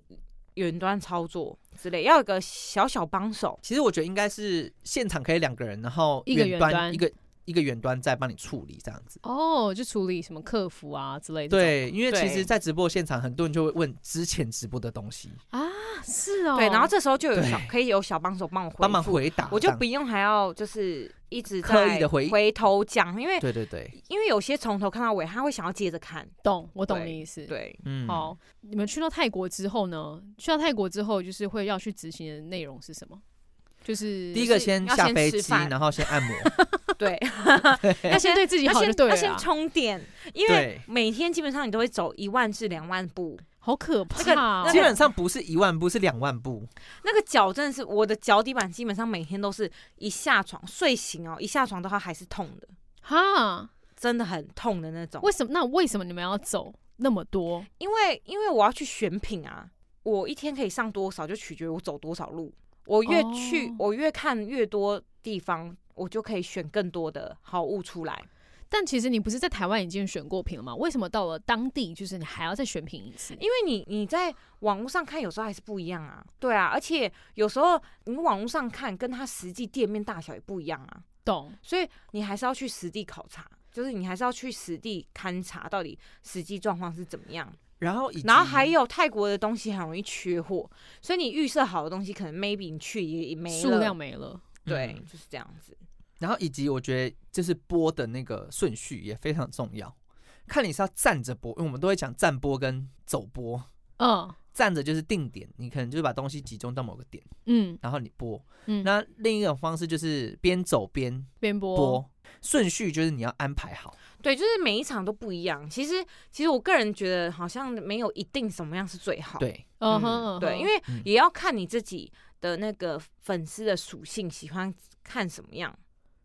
Speaker 3: 远端操作之类，要有个小小帮手。
Speaker 5: 其实我觉得应该是现场可以两个人，然后
Speaker 4: 一个远端
Speaker 5: 端一个一个远端再帮你处理这样子。
Speaker 4: 哦，就处理什么客服啊之类的这种，
Speaker 5: 对，因为其
Speaker 3: 对
Speaker 5: 实，在直播现场，很多人就会问之前直播的东西，
Speaker 4: 啊，是哦，
Speaker 3: 对，然后这时候就有小
Speaker 5: 对
Speaker 3: 可以有小帮手帮我回
Speaker 5: 帮忙
Speaker 3: 复，
Speaker 5: 回答这样。
Speaker 3: 我就不用还要就是一直
Speaker 5: 刻意
Speaker 3: 在
Speaker 5: 地回
Speaker 3: 回头讲，因为
Speaker 5: 对对对，
Speaker 3: 因为有些从头看到尾，他会想要接着看。
Speaker 4: 懂，我懂
Speaker 3: 对
Speaker 4: 你意思，
Speaker 3: 对，
Speaker 5: 嗯，
Speaker 4: 好，你们去到泰国之后呢？去到泰国之后，就是会要去执行的内容是什么？就是
Speaker 5: 第一个
Speaker 3: 就是
Speaker 5: 先
Speaker 3: 要
Speaker 5: 下
Speaker 3: 先
Speaker 5: 飞
Speaker 3: 吃
Speaker 5: 机，
Speaker 3: 饭
Speaker 5: 然后先按摩。
Speaker 3: 对，
Speaker 4: 要先对自己
Speaker 3: 要
Speaker 4: 好就
Speaker 3: 先
Speaker 4: 对
Speaker 3: 要
Speaker 4: 了啊
Speaker 3: 先
Speaker 4: 啦，
Speaker 3: 充电， 因为
Speaker 5: 啊对，
Speaker 3: 每天基本上你都会走一万至两万步，
Speaker 4: 好可
Speaker 3: 那个
Speaker 4: 怕、哦
Speaker 3: 那
Speaker 5: 基
Speaker 3: 个
Speaker 5: 本上不是一万步，是两万步。
Speaker 3: 那个脚真的是我的脚底板，基本上每天都是一下床睡醒哦，一下床的话还是痛的，
Speaker 4: 哈，
Speaker 3: 真的很痛的那种。
Speaker 4: 为什么？那为什么你们要走那么多？
Speaker 3: 因为因为我要去选品啊，我一天可以上多少就取决于我走多少路。我越去，
Speaker 4: 哦
Speaker 3: 我越看越多地方，我就可以选更多的好物出来。
Speaker 4: 但其实你不是在台湾已经选过品了吗？为什么到了当地就是你还要再选品一次？
Speaker 3: 因为你你在网络上看，有时候还是不一样啊。对啊，而且有时候你网络上看跟它实际店面大小也不一样啊，
Speaker 4: 懂？
Speaker 3: 所以你还是要去实地考察，就是你还是要去实地勘察到底实际状况是怎么样。
Speaker 5: 然后以
Speaker 3: 然后
Speaker 5: 及
Speaker 3: 还有泰国的东西很容易缺货，所以你预设好的东西，可能 maybe 你去也也没了，
Speaker 4: 数量没了。
Speaker 3: 对，
Speaker 5: 嗯
Speaker 3: 就是这样子。
Speaker 5: 然后以及我觉得就是播的那个顺序也非常重要，看你是要站着播，因为我们都会讲站播跟走播。
Speaker 4: 嗯
Speaker 5: 站着就是定点，你可能就是把东西集中到某个点，
Speaker 4: 嗯
Speaker 5: 然后你播。
Speaker 4: 嗯，
Speaker 5: 那另一种方式就是边走边
Speaker 4: 边播
Speaker 5: 播，顺序就是你要安排好。
Speaker 3: 对，就是每一场都不一样。其实，其实我个人觉得好像没有一定什么样是最好。
Speaker 5: 对，
Speaker 4: 嗯哼，
Speaker 3: 嗯
Speaker 4: 嗯
Speaker 3: 对，
Speaker 4: 哼
Speaker 3: 因为
Speaker 5: 嗯
Speaker 3: 也要看你自己的那个粉丝的属性，喜欢看什么样。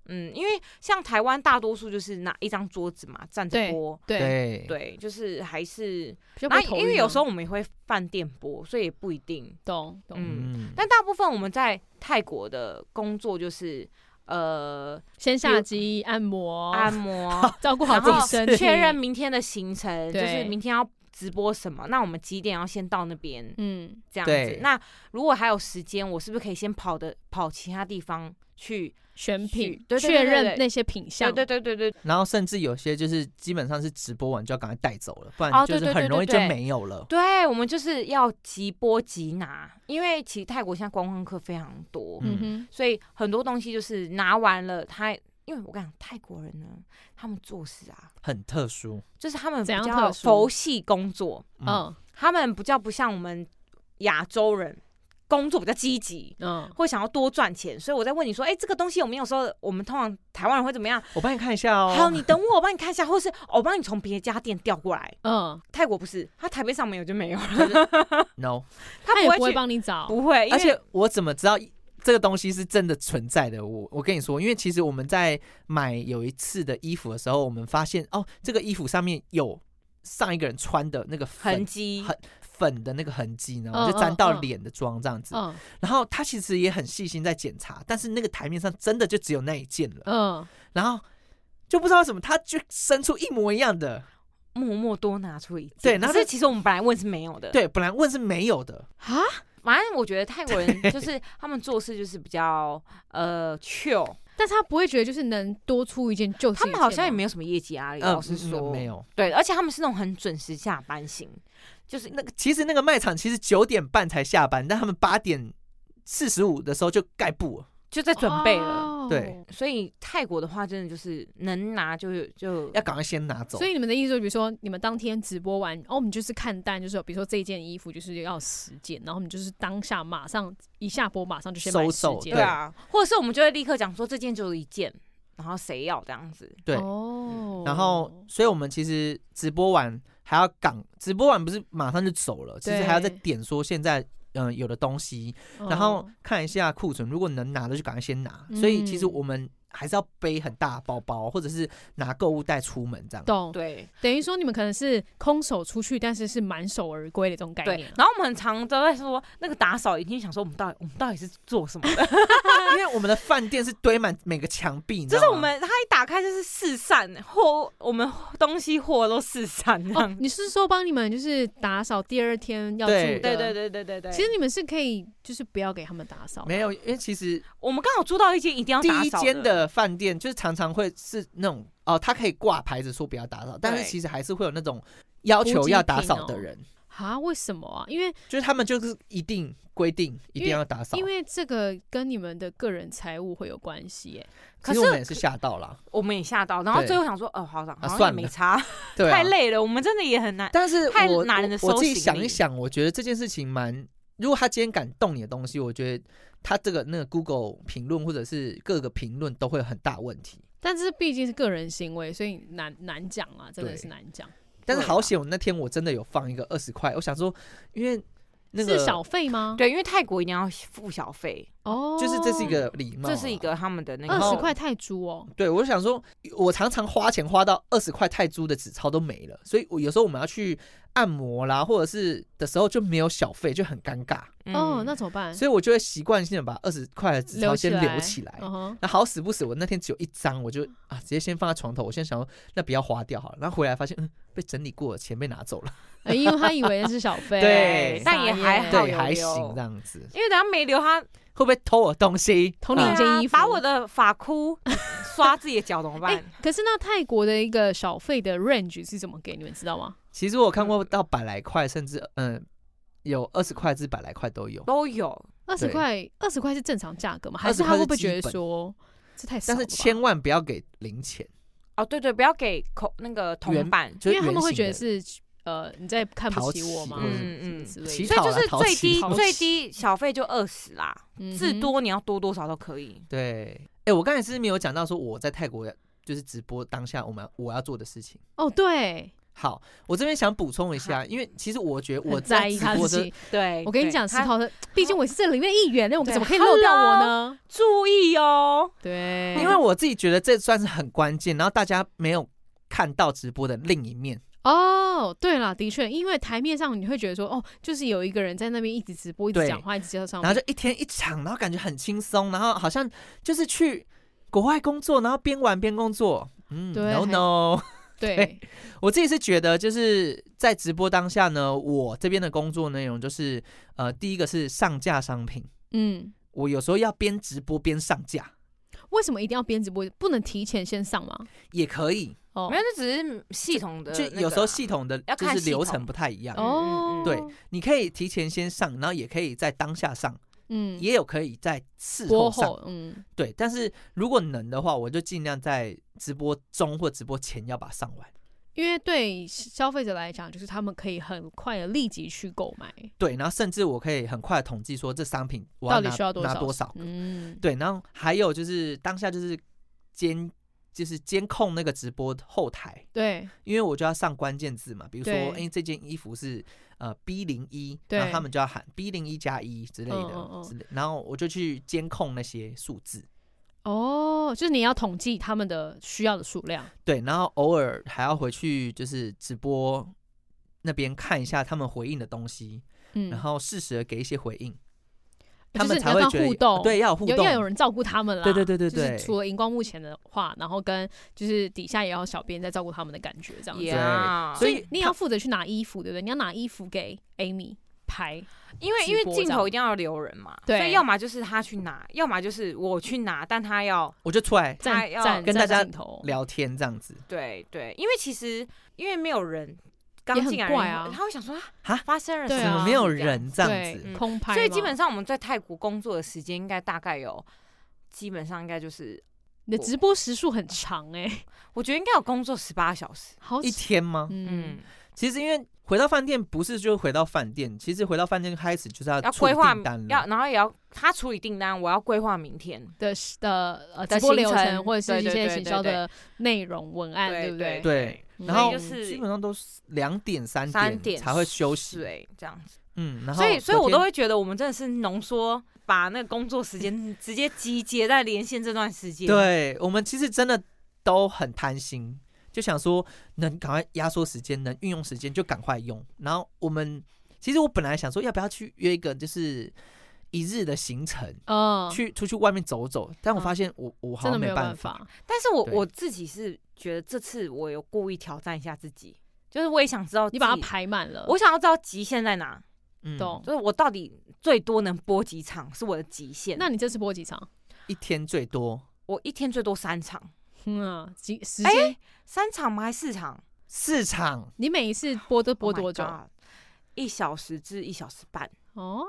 Speaker 3: 嗯，因为像台湾大多数就是拿一张桌子嘛，站着
Speaker 4: 对
Speaker 3: 播。
Speaker 4: 对
Speaker 5: 对
Speaker 3: 对，就是还是
Speaker 4: 比较不
Speaker 3: 那
Speaker 4: 会头
Speaker 3: 因为
Speaker 4: 晕
Speaker 3: 有
Speaker 4: 啊
Speaker 3: 时候我们也会饭店播，所以也不一定。
Speaker 4: 懂懂，
Speaker 3: 嗯
Speaker 5: 嗯，
Speaker 3: 但大部分我们在泰国的工作就是呃
Speaker 4: 先
Speaker 3: 比
Speaker 4: 下
Speaker 3: 如
Speaker 4: 机按摩，
Speaker 3: 按摩，
Speaker 4: 照顾哦 好
Speaker 3: 然
Speaker 4: 自己
Speaker 3: 后
Speaker 4: 身体，
Speaker 3: 确认明天的行程，就
Speaker 4: 对
Speaker 3: 是明天要直播什么，那我们几点要先到那边
Speaker 4: 嗯，
Speaker 3: 这样子
Speaker 5: 对。
Speaker 3: 那如果还有时间，我是不是可以先跑的跑其他地方去？
Speaker 4: 选
Speaker 3: 去
Speaker 4: 品，
Speaker 3: 对对
Speaker 4: 确
Speaker 3: 对对
Speaker 4: 认
Speaker 3: 对
Speaker 4: 那些品
Speaker 3: 对
Speaker 4: 相，
Speaker 3: 对对对对，
Speaker 5: 然后甚至有些就是基本上是直播完就要赶快带走了，不
Speaker 3: 哦
Speaker 5: 然就
Speaker 3: 对
Speaker 5: 是
Speaker 3: 对
Speaker 5: 很
Speaker 3: 对
Speaker 5: 容易就
Speaker 3: 对对
Speaker 5: 没有了。
Speaker 3: 对我们就是要即播即拿，因为其实泰国现在观光客非常多，
Speaker 5: 嗯
Speaker 4: 嗯
Speaker 3: 所以很多东西就是拿完了他。因为我跟你讲，泰国人呢，他们做事啊，
Speaker 5: 很特殊。
Speaker 3: 就是他们比
Speaker 4: 怎样
Speaker 3: 较
Speaker 4: 特殊
Speaker 3: 佛系工作，
Speaker 4: 哼，嗯
Speaker 3: 他们比较不像我们亚洲人工作比较积极，
Speaker 4: 嗯，
Speaker 3: 会想要多赚钱，所以我在问你说，哎、这个东西我们有时候我们通常台湾人会怎么样？
Speaker 5: 我帮你看一下哦。
Speaker 3: 好，你等我，我帮你看一下，或是哦我帮你从别家店调过来。
Speaker 4: 嗯，
Speaker 3: 泰国不是，他台北上没有就没有了，
Speaker 5: no，
Speaker 3: 他
Speaker 4: 也不
Speaker 3: 不会
Speaker 4: 会
Speaker 3: 去，
Speaker 4: 帮你找，
Speaker 3: 不会，因
Speaker 5: 而
Speaker 3: 为
Speaker 5: 且我怎么知道这个东西是真的存在的？我我跟你说，因为其实我们在买有一次的衣服的时候，我们发现哦，这个衣服上面有上一个人穿的那个
Speaker 3: 痕
Speaker 5: 粉
Speaker 3: 迹
Speaker 5: 很粉的那个痕迹，然
Speaker 4: 嗯
Speaker 5: 后就
Speaker 4: 嗯
Speaker 5: 沾到
Speaker 4: 嗯
Speaker 5: 脸的妆这样子。
Speaker 4: 嗯
Speaker 5: 然后他其实也很细心在检查，但是那个台面上真的就只有那一件了，
Speaker 4: 嗯，
Speaker 5: 然后就不知道为什么，他就生出一模一样的。
Speaker 4: 嗯
Speaker 3: 默默多拿出一件。
Speaker 5: 对然后
Speaker 3: 可是
Speaker 5: 就
Speaker 3: 其实我们本来问是没有的。，
Speaker 5: 对，本来问是没有的，
Speaker 4: 啊，
Speaker 3: 反正我觉得泰国人就是他们做事就是比较呃 chill，
Speaker 4: 但是他不会觉得就是能多出一件就是一
Speaker 3: 他
Speaker 4: 件吗，
Speaker 3: 们好像也没有什么业绩压力，
Speaker 5: 嗯
Speaker 3: 哎老实
Speaker 5: 嗯
Speaker 3: 说
Speaker 5: 没。有。
Speaker 3: 对，而且他们是那种很准时下班型，就是
Speaker 5: 那个其实那个卖场其实九点半才下班，但他们八点四十五的时候就盖布了。
Speaker 3: 就在准备了。
Speaker 4: 哦
Speaker 5: 对，
Speaker 3: 所以泰国的话，真的就是能拿就就
Speaker 5: 要赶快先拿走
Speaker 4: 所。以你们的意思就是，比如说你们当天直播完，哦，我们就是看淡，就是比如说这件衣服就是要十件，然后我们就是当下马上一下播马上就先买
Speaker 5: 收
Speaker 4: 十
Speaker 5: 手
Speaker 4: 件，
Speaker 3: 对啊，或者是我们就会立刻讲说这件就一件，然后谁要这样子，
Speaker 5: 对
Speaker 4: 哦
Speaker 5: 然后，所以我们其实直播完还要赶，直播完不是马上就走了，其实还要再
Speaker 4: 对嗯
Speaker 5: 点说现在嗯、呃有的东西，然后看一下库存，如果能拿的就赶快先拿。所以其实
Speaker 4: 嗯
Speaker 5: 我们还是要背很大的包包，或者是拿购物袋出门这样。
Speaker 4: 懂，
Speaker 3: 对
Speaker 4: 等于说你们可能是空手出去，但是是满手而归的这种概
Speaker 3: 对
Speaker 4: 念。。啊
Speaker 3: 然后我们很常都在说那个打扫，一定想说我们到底我们到底是做什么的？
Speaker 5: 因为我们的饭店是堆满每个墙壁， 你知
Speaker 3: 就
Speaker 5: 道
Speaker 3: 是我
Speaker 5: 吗
Speaker 3: 们他一打开就是四散货，我们东西货都四散这
Speaker 4: 哦
Speaker 3: 样，。
Speaker 4: 你是说帮你们就是打扫第二天要住的？
Speaker 5: 对
Speaker 3: 对对对对对对，
Speaker 4: 其实你们是可以就是不要给他们打扫，
Speaker 5: 没有，因为其实
Speaker 3: 我们刚好租到一间一定要
Speaker 5: 第
Speaker 3: 打
Speaker 5: 一
Speaker 3: 扫
Speaker 5: 间的饭店就是常常会是那种哦，他可以挂牌子说不要打扫，但是
Speaker 3: 对
Speaker 5: 其实还是会有那种要求要打扫
Speaker 3: 哦
Speaker 5: 的人，
Speaker 4: 啊？为什么啊？因为
Speaker 5: 就是他们就是一定规定一定要打扫
Speaker 4: 因。为这个跟你们的个人财务会有关系耶。
Speaker 5: 其
Speaker 3: 可
Speaker 5: 实
Speaker 3: 是
Speaker 5: 我们也是吓到了，
Speaker 3: 我们也吓到，然后
Speaker 5: 对
Speaker 3: 最后想说，哦，好像好像也
Speaker 5: 算
Speaker 3: 没
Speaker 5: 了
Speaker 3: 差，
Speaker 5: 对、啊，
Speaker 3: 太。累了，我们真的也很难。
Speaker 5: 但是
Speaker 3: 太
Speaker 5: 我
Speaker 3: 拿人的
Speaker 5: 我
Speaker 3: 收
Speaker 5: 我自己
Speaker 3: 行
Speaker 5: 想
Speaker 3: 李
Speaker 5: 一想，我觉得这件事情蛮，如果他今天敢动你的东西，我觉得他这个那个 Google 评论或者是各个评论都会有很大问题。
Speaker 4: 但这毕竟是个人行为，所以难难讲啊，真的是难讲。
Speaker 5: 但是
Speaker 3: 对
Speaker 5: 好
Speaker 3: 啊
Speaker 5: 险，我那天我真的有放一个二十块，我想说，因为那个
Speaker 4: 是小费吗？，
Speaker 3: 对，因为泰国一定要付小费，
Speaker 4: 哦，
Speaker 5: 就是这是一个礼貌啊，
Speaker 3: 这是一个他们的那个
Speaker 4: 二
Speaker 5: 然后
Speaker 4: 十块泰铢哦。
Speaker 5: 对，我就想说，我常常花钱花到二十块泰铢的纸钞都没了，所以我有时候我们要去按摩啦，或者是的时候就没有小费，就很尴尬，
Speaker 4: 哦，
Speaker 3: 嗯
Speaker 4: 那怎么办？
Speaker 5: 所以我就会习惯性的把二十块的纸钞先留
Speaker 4: 留
Speaker 5: 起
Speaker 4: 起
Speaker 5: 来。
Speaker 4: 嗯哼，
Speaker 5: 那好死不死，我那天只有一张，我就啊直接先放在床头。我现在想说，那不要花掉好了。然后回来发现，嗯，被整理过，钱被拿走了，
Speaker 4: 呃因为他以为是小费，
Speaker 5: 对
Speaker 4: 傻
Speaker 3: 但也
Speaker 4: 眼
Speaker 3: 还好
Speaker 5: 对，
Speaker 3: 有
Speaker 5: 还
Speaker 3: 留
Speaker 5: 行这样子。
Speaker 3: 因为等下没留他，
Speaker 5: 会不会偷我东西？
Speaker 4: 偷你另
Speaker 3: 对
Speaker 5: 啊
Speaker 4: 一件
Speaker 3: 啊
Speaker 4: 衣服
Speaker 3: 把我的发箍刷自己的脚怎么
Speaker 4: 哎、
Speaker 3: 办？
Speaker 4: 可是那泰国的一个小费的 range 是怎么给？你们知道吗？
Speaker 5: 其实我看过到百来块，甚至嗯，有二十块至百来块都有。
Speaker 3: 都有，
Speaker 4: 二十
Speaker 5: 对
Speaker 4: 块，二十块是正常价格吗？
Speaker 5: 20
Speaker 4: 还是他
Speaker 5: 块是
Speaker 4: 会不会
Speaker 5: 基
Speaker 4: 觉得
Speaker 5: 本
Speaker 4: 说这太少
Speaker 5: 但
Speaker 4: 了吧？
Speaker 5: 是千万不要给零钱，
Speaker 3: 哦，对对，不要给口那个
Speaker 5: 原
Speaker 3: 铜板，
Speaker 5: 就是
Speaker 4: 因为他们
Speaker 5: 圆
Speaker 4: 会
Speaker 5: 形
Speaker 4: 觉得
Speaker 5: 的
Speaker 4: 是呃你在看不
Speaker 5: 淘
Speaker 4: 起我
Speaker 5: 气
Speaker 4: 嘛，
Speaker 5: 或者
Speaker 4: 什
Speaker 5: 是
Speaker 4: 么
Speaker 3: 嗯嗯
Speaker 4: 之类的
Speaker 5: 乞
Speaker 3: 所以
Speaker 5: 讨
Speaker 3: 就
Speaker 5: 啦
Speaker 3: 是
Speaker 5: 淘
Speaker 3: 最
Speaker 5: 气
Speaker 3: 低
Speaker 5: 淘
Speaker 3: 最
Speaker 5: 气
Speaker 3: 低小费就二十啦，至。
Speaker 4: 嗯哼
Speaker 3: 多你要多多少都可以。
Speaker 5: 对。哎、我刚才是不是没有讲到说我在泰国就是直播当下我们我要做的事情。
Speaker 4: 哦，对，
Speaker 5: 好，我这边想补充一下，因为其实我觉得我
Speaker 4: 很在意
Speaker 5: 直
Speaker 4: 他
Speaker 5: 播
Speaker 4: 自
Speaker 5: 的
Speaker 4: 己。
Speaker 3: 对，
Speaker 4: 我跟你
Speaker 3: 对
Speaker 4: 讲，石
Speaker 3: 他
Speaker 4: 头的，毕竟我是这里面一员，那我
Speaker 3: 对
Speaker 4: 怎么可以漏掉我呢？
Speaker 3: 注意哦，
Speaker 4: 对，
Speaker 5: 因为我自己觉得这算是很关键，然后大家没有看到直播的另一面。
Speaker 4: 哦，对了，的确，因为台面上你会觉得说，哦，就是有一个人在那边一直直播，一直
Speaker 5: 对
Speaker 4: 讲话，一直介绍商
Speaker 5: 然后
Speaker 4: 品，
Speaker 5: 就一天一场，然后感觉很轻松，然后好像就是去国外工作，然后边玩边工作。嗯
Speaker 4: 对
Speaker 5: ，no
Speaker 4: 还
Speaker 5: no，
Speaker 4: 对，
Speaker 5: 我自己是觉得就是在直播当下呢，我这边的工作内容就是呃，第一个是上架商品，
Speaker 4: 嗯，
Speaker 5: 我有时候要边直播边上架
Speaker 4: 为什么一定要边直播，不能提前先上吗？
Speaker 5: 也可以，
Speaker 4: 哦
Speaker 3: 没，有，这只是系统
Speaker 4: 呃
Speaker 3: 的那
Speaker 5: 就
Speaker 3: 个啊，
Speaker 5: 有时候系统的
Speaker 3: 要
Speaker 5: 就
Speaker 3: 看
Speaker 5: 是
Speaker 3: 系
Speaker 5: 流
Speaker 3: 统
Speaker 5: 程不太一样。
Speaker 4: 哦，
Speaker 5: 对，你可以提前先上，然后也可以在当下上，
Speaker 4: 嗯，
Speaker 5: 也有可以在事
Speaker 4: 播
Speaker 5: 后上。
Speaker 4: 后，嗯，
Speaker 5: 对，但是如果能的话，我就尽量在直播中或直播前要把它上完。
Speaker 4: 因为对消费者来讲，就是他们可以很快的立即去购买，
Speaker 5: 对，然后甚至我可以很快地统计说这商品我
Speaker 4: 到
Speaker 5: 拿
Speaker 4: 底需要多
Speaker 5: 拿
Speaker 4: 少
Speaker 5: 多少。
Speaker 4: 嗯，
Speaker 5: 对，然后还有就是当下就是监就是监控那个直播后台，
Speaker 4: 对，
Speaker 5: 因为我就要上关键字嘛，比如说
Speaker 4: 对
Speaker 5: 哎、这件衣服是呃 B 零一，
Speaker 4: 对
Speaker 5: 然后他们就要喊 B 零一加一之类的
Speaker 4: 嗯嗯嗯
Speaker 5: 之类，然后我就去监控那些数字。
Speaker 4: 哦，就是你要统计他们的需要的数量，
Speaker 5: 对，然后偶尔还要回去就是直播那边看一下他们回应的东西，
Speaker 4: 嗯，哦
Speaker 5: 然后适时的给一些回应，
Speaker 4: 就
Speaker 5: 他们
Speaker 4: 是
Speaker 5: 才
Speaker 4: 要
Speaker 5: 会
Speaker 4: 跟
Speaker 5: 觉得
Speaker 4: 互动
Speaker 5: 对，要有互
Speaker 4: 有
Speaker 5: 动，
Speaker 4: 要有人照顾他们啦，啊
Speaker 5: 对对对对
Speaker 4: 就是
Speaker 5: 对，
Speaker 4: 除了荧光幕前的话，然后跟就是底下也要小编在照顾他们的感觉，这样子。
Speaker 3: 呀，
Speaker 5: 对
Speaker 4: 所
Speaker 5: 所以
Speaker 4: 以你也要负责去拿衣服，对不对？你要拿衣服给 Amy 拍，
Speaker 3: 因为因
Speaker 4: 直
Speaker 3: 为
Speaker 4: 播
Speaker 3: 镜
Speaker 4: 这样
Speaker 3: 头一定要留人嘛，
Speaker 4: 对
Speaker 3: 所以要么就是他去拿，要么就是我去拿，但他要
Speaker 5: 我就出来
Speaker 3: 他
Speaker 4: 站
Speaker 3: 要
Speaker 4: 站
Speaker 5: 跟
Speaker 4: 站
Speaker 5: 大家
Speaker 4: 镜头，
Speaker 5: 聊天这样子
Speaker 3: 对对，因为其实因为没有人刚
Speaker 4: 也很
Speaker 3: 进来，
Speaker 4: 怪啊
Speaker 3: 他会想说
Speaker 5: 啊
Speaker 3: 啊，发生了
Speaker 4: 对
Speaker 3: 什
Speaker 5: 怎
Speaker 4: 啊
Speaker 5: 么
Speaker 3: 么？
Speaker 5: 没有人这样
Speaker 4: 对啊
Speaker 5: 子？
Speaker 3: 嗯
Speaker 4: 空拍嘛，
Speaker 3: 所以基本上我们在泰国工作的时间应该大概有基本上应该就是，
Speaker 4: 你的直播时数很长哎、
Speaker 3: 我觉得应该有工作十八小时。
Speaker 4: 好
Speaker 5: 一
Speaker 4: 长
Speaker 5: 天吗？
Speaker 4: 嗯
Speaker 3: 嗯，
Speaker 5: 其实因为回到饭店不是就回到饭店，其实回到饭店开始就是要
Speaker 3: 要
Speaker 5: 处
Speaker 3: 规划
Speaker 5: 订单，
Speaker 3: 要
Speaker 5: 了。
Speaker 3: 然后也要他处理订单，我要规划明天。
Speaker 4: 的是的呃直
Speaker 3: 的
Speaker 4: 播
Speaker 3: 行
Speaker 4: 流程
Speaker 3: 程
Speaker 4: 或者是
Speaker 3: 对
Speaker 4: 一
Speaker 3: 对
Speaker 4: 些
Speaker 3: 对
Speaker 4: 行
Speaker 3: 对
Speaker 4: 销
Speaker 3: 对
Speaker 4: 的内容文案，
Speaker 3: 对
Speaker 4: 对不对？
Speaker 5: 对，
Speaker 4: 嗯
Speaker 5: 然后
Speaker 3: 所以就是
Speaker 5: 基本上都是两点三
Speaker 3: 三点
Speaker 5: 才会休息。
Speaker 3: 对，这样子。
Speaker 5: 嗯，然后
Speaker 3: 所以，所以我
Speaker 5: 隔天
Speaker 3: 都会觉得我们真的是浓缩，把那个工作时间 直接集结在连线这段时间。，
Speaker 5: 对我们其实真的都很贪心，就想说能赶快压缩时间，能运用时间就赶快用。然后我们其实我本来想说要不要去约一个就是一日的行程，
Speaker 4: 嗯，
Speaker 5: 去出去外面走走，但
Speaker 3: 嗯
Speaker 5: 我发现我、我好
Speaker 4: 真的没
Speaker 5: 像
Speaker 4: 有
Speaker 5: 办
Speaker 4: 办。法，
Speaker 3: 但是我
Speaker 5: 对
Speaker 3: 我自己是觉得这次我有故意挑战一下自己，就是我也想知道
Speaker 4: 你把它
Speaker 3: 自己，
Speaker 4: 排满了，
Speaker 3: 我想要知道极限在哪，
Speaker 5: 嗯
Speaker 4: 懂。
Speaker 3: 就是我到底最多能播几场是我的极限。
Speaker 4: 那你这次播几场？
Speaker 5: 一天最多
Speaker 3: 我一天最多三场，
Speaker 4: 嗯啊，几时
Speaker 3: 哎
Speaker 4: 间？
Speaker 3: 三场吗？还是四场？
Speaker 5: 四场，
Speaker 4: 你每一次播都播
Speaker 3: Oh my
Speaker 4: 多久？
Speaker 3: God，一小时至一小时半
Speaker 4: 哦，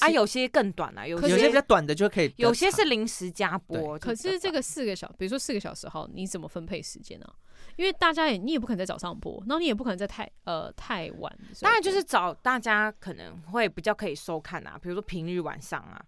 Speaker 3: 啊，有些更短啊，有
Speaker 4: 可
Speaker 5: 有
Speaker 4: 是
Speaker 5: 些
Speaker 3: 些
Speaker 5: 比较短的就可以比较长，
Speaker 3: 有些是临时加播。就
Speaker 4: 可
Speaker 3: 比较
Speaker 4: 是这
Speaker 3: 短
Speaker 4: 个四个小，比如说四个小时后，你怎么分配时间呢、啊因为大家也你也不可能在早上播，然后你也不可能在太呃太晚的时候播，
Speaker 3: 当然就是找大家可能会比较可以收看啊，比如说平日晚上啊，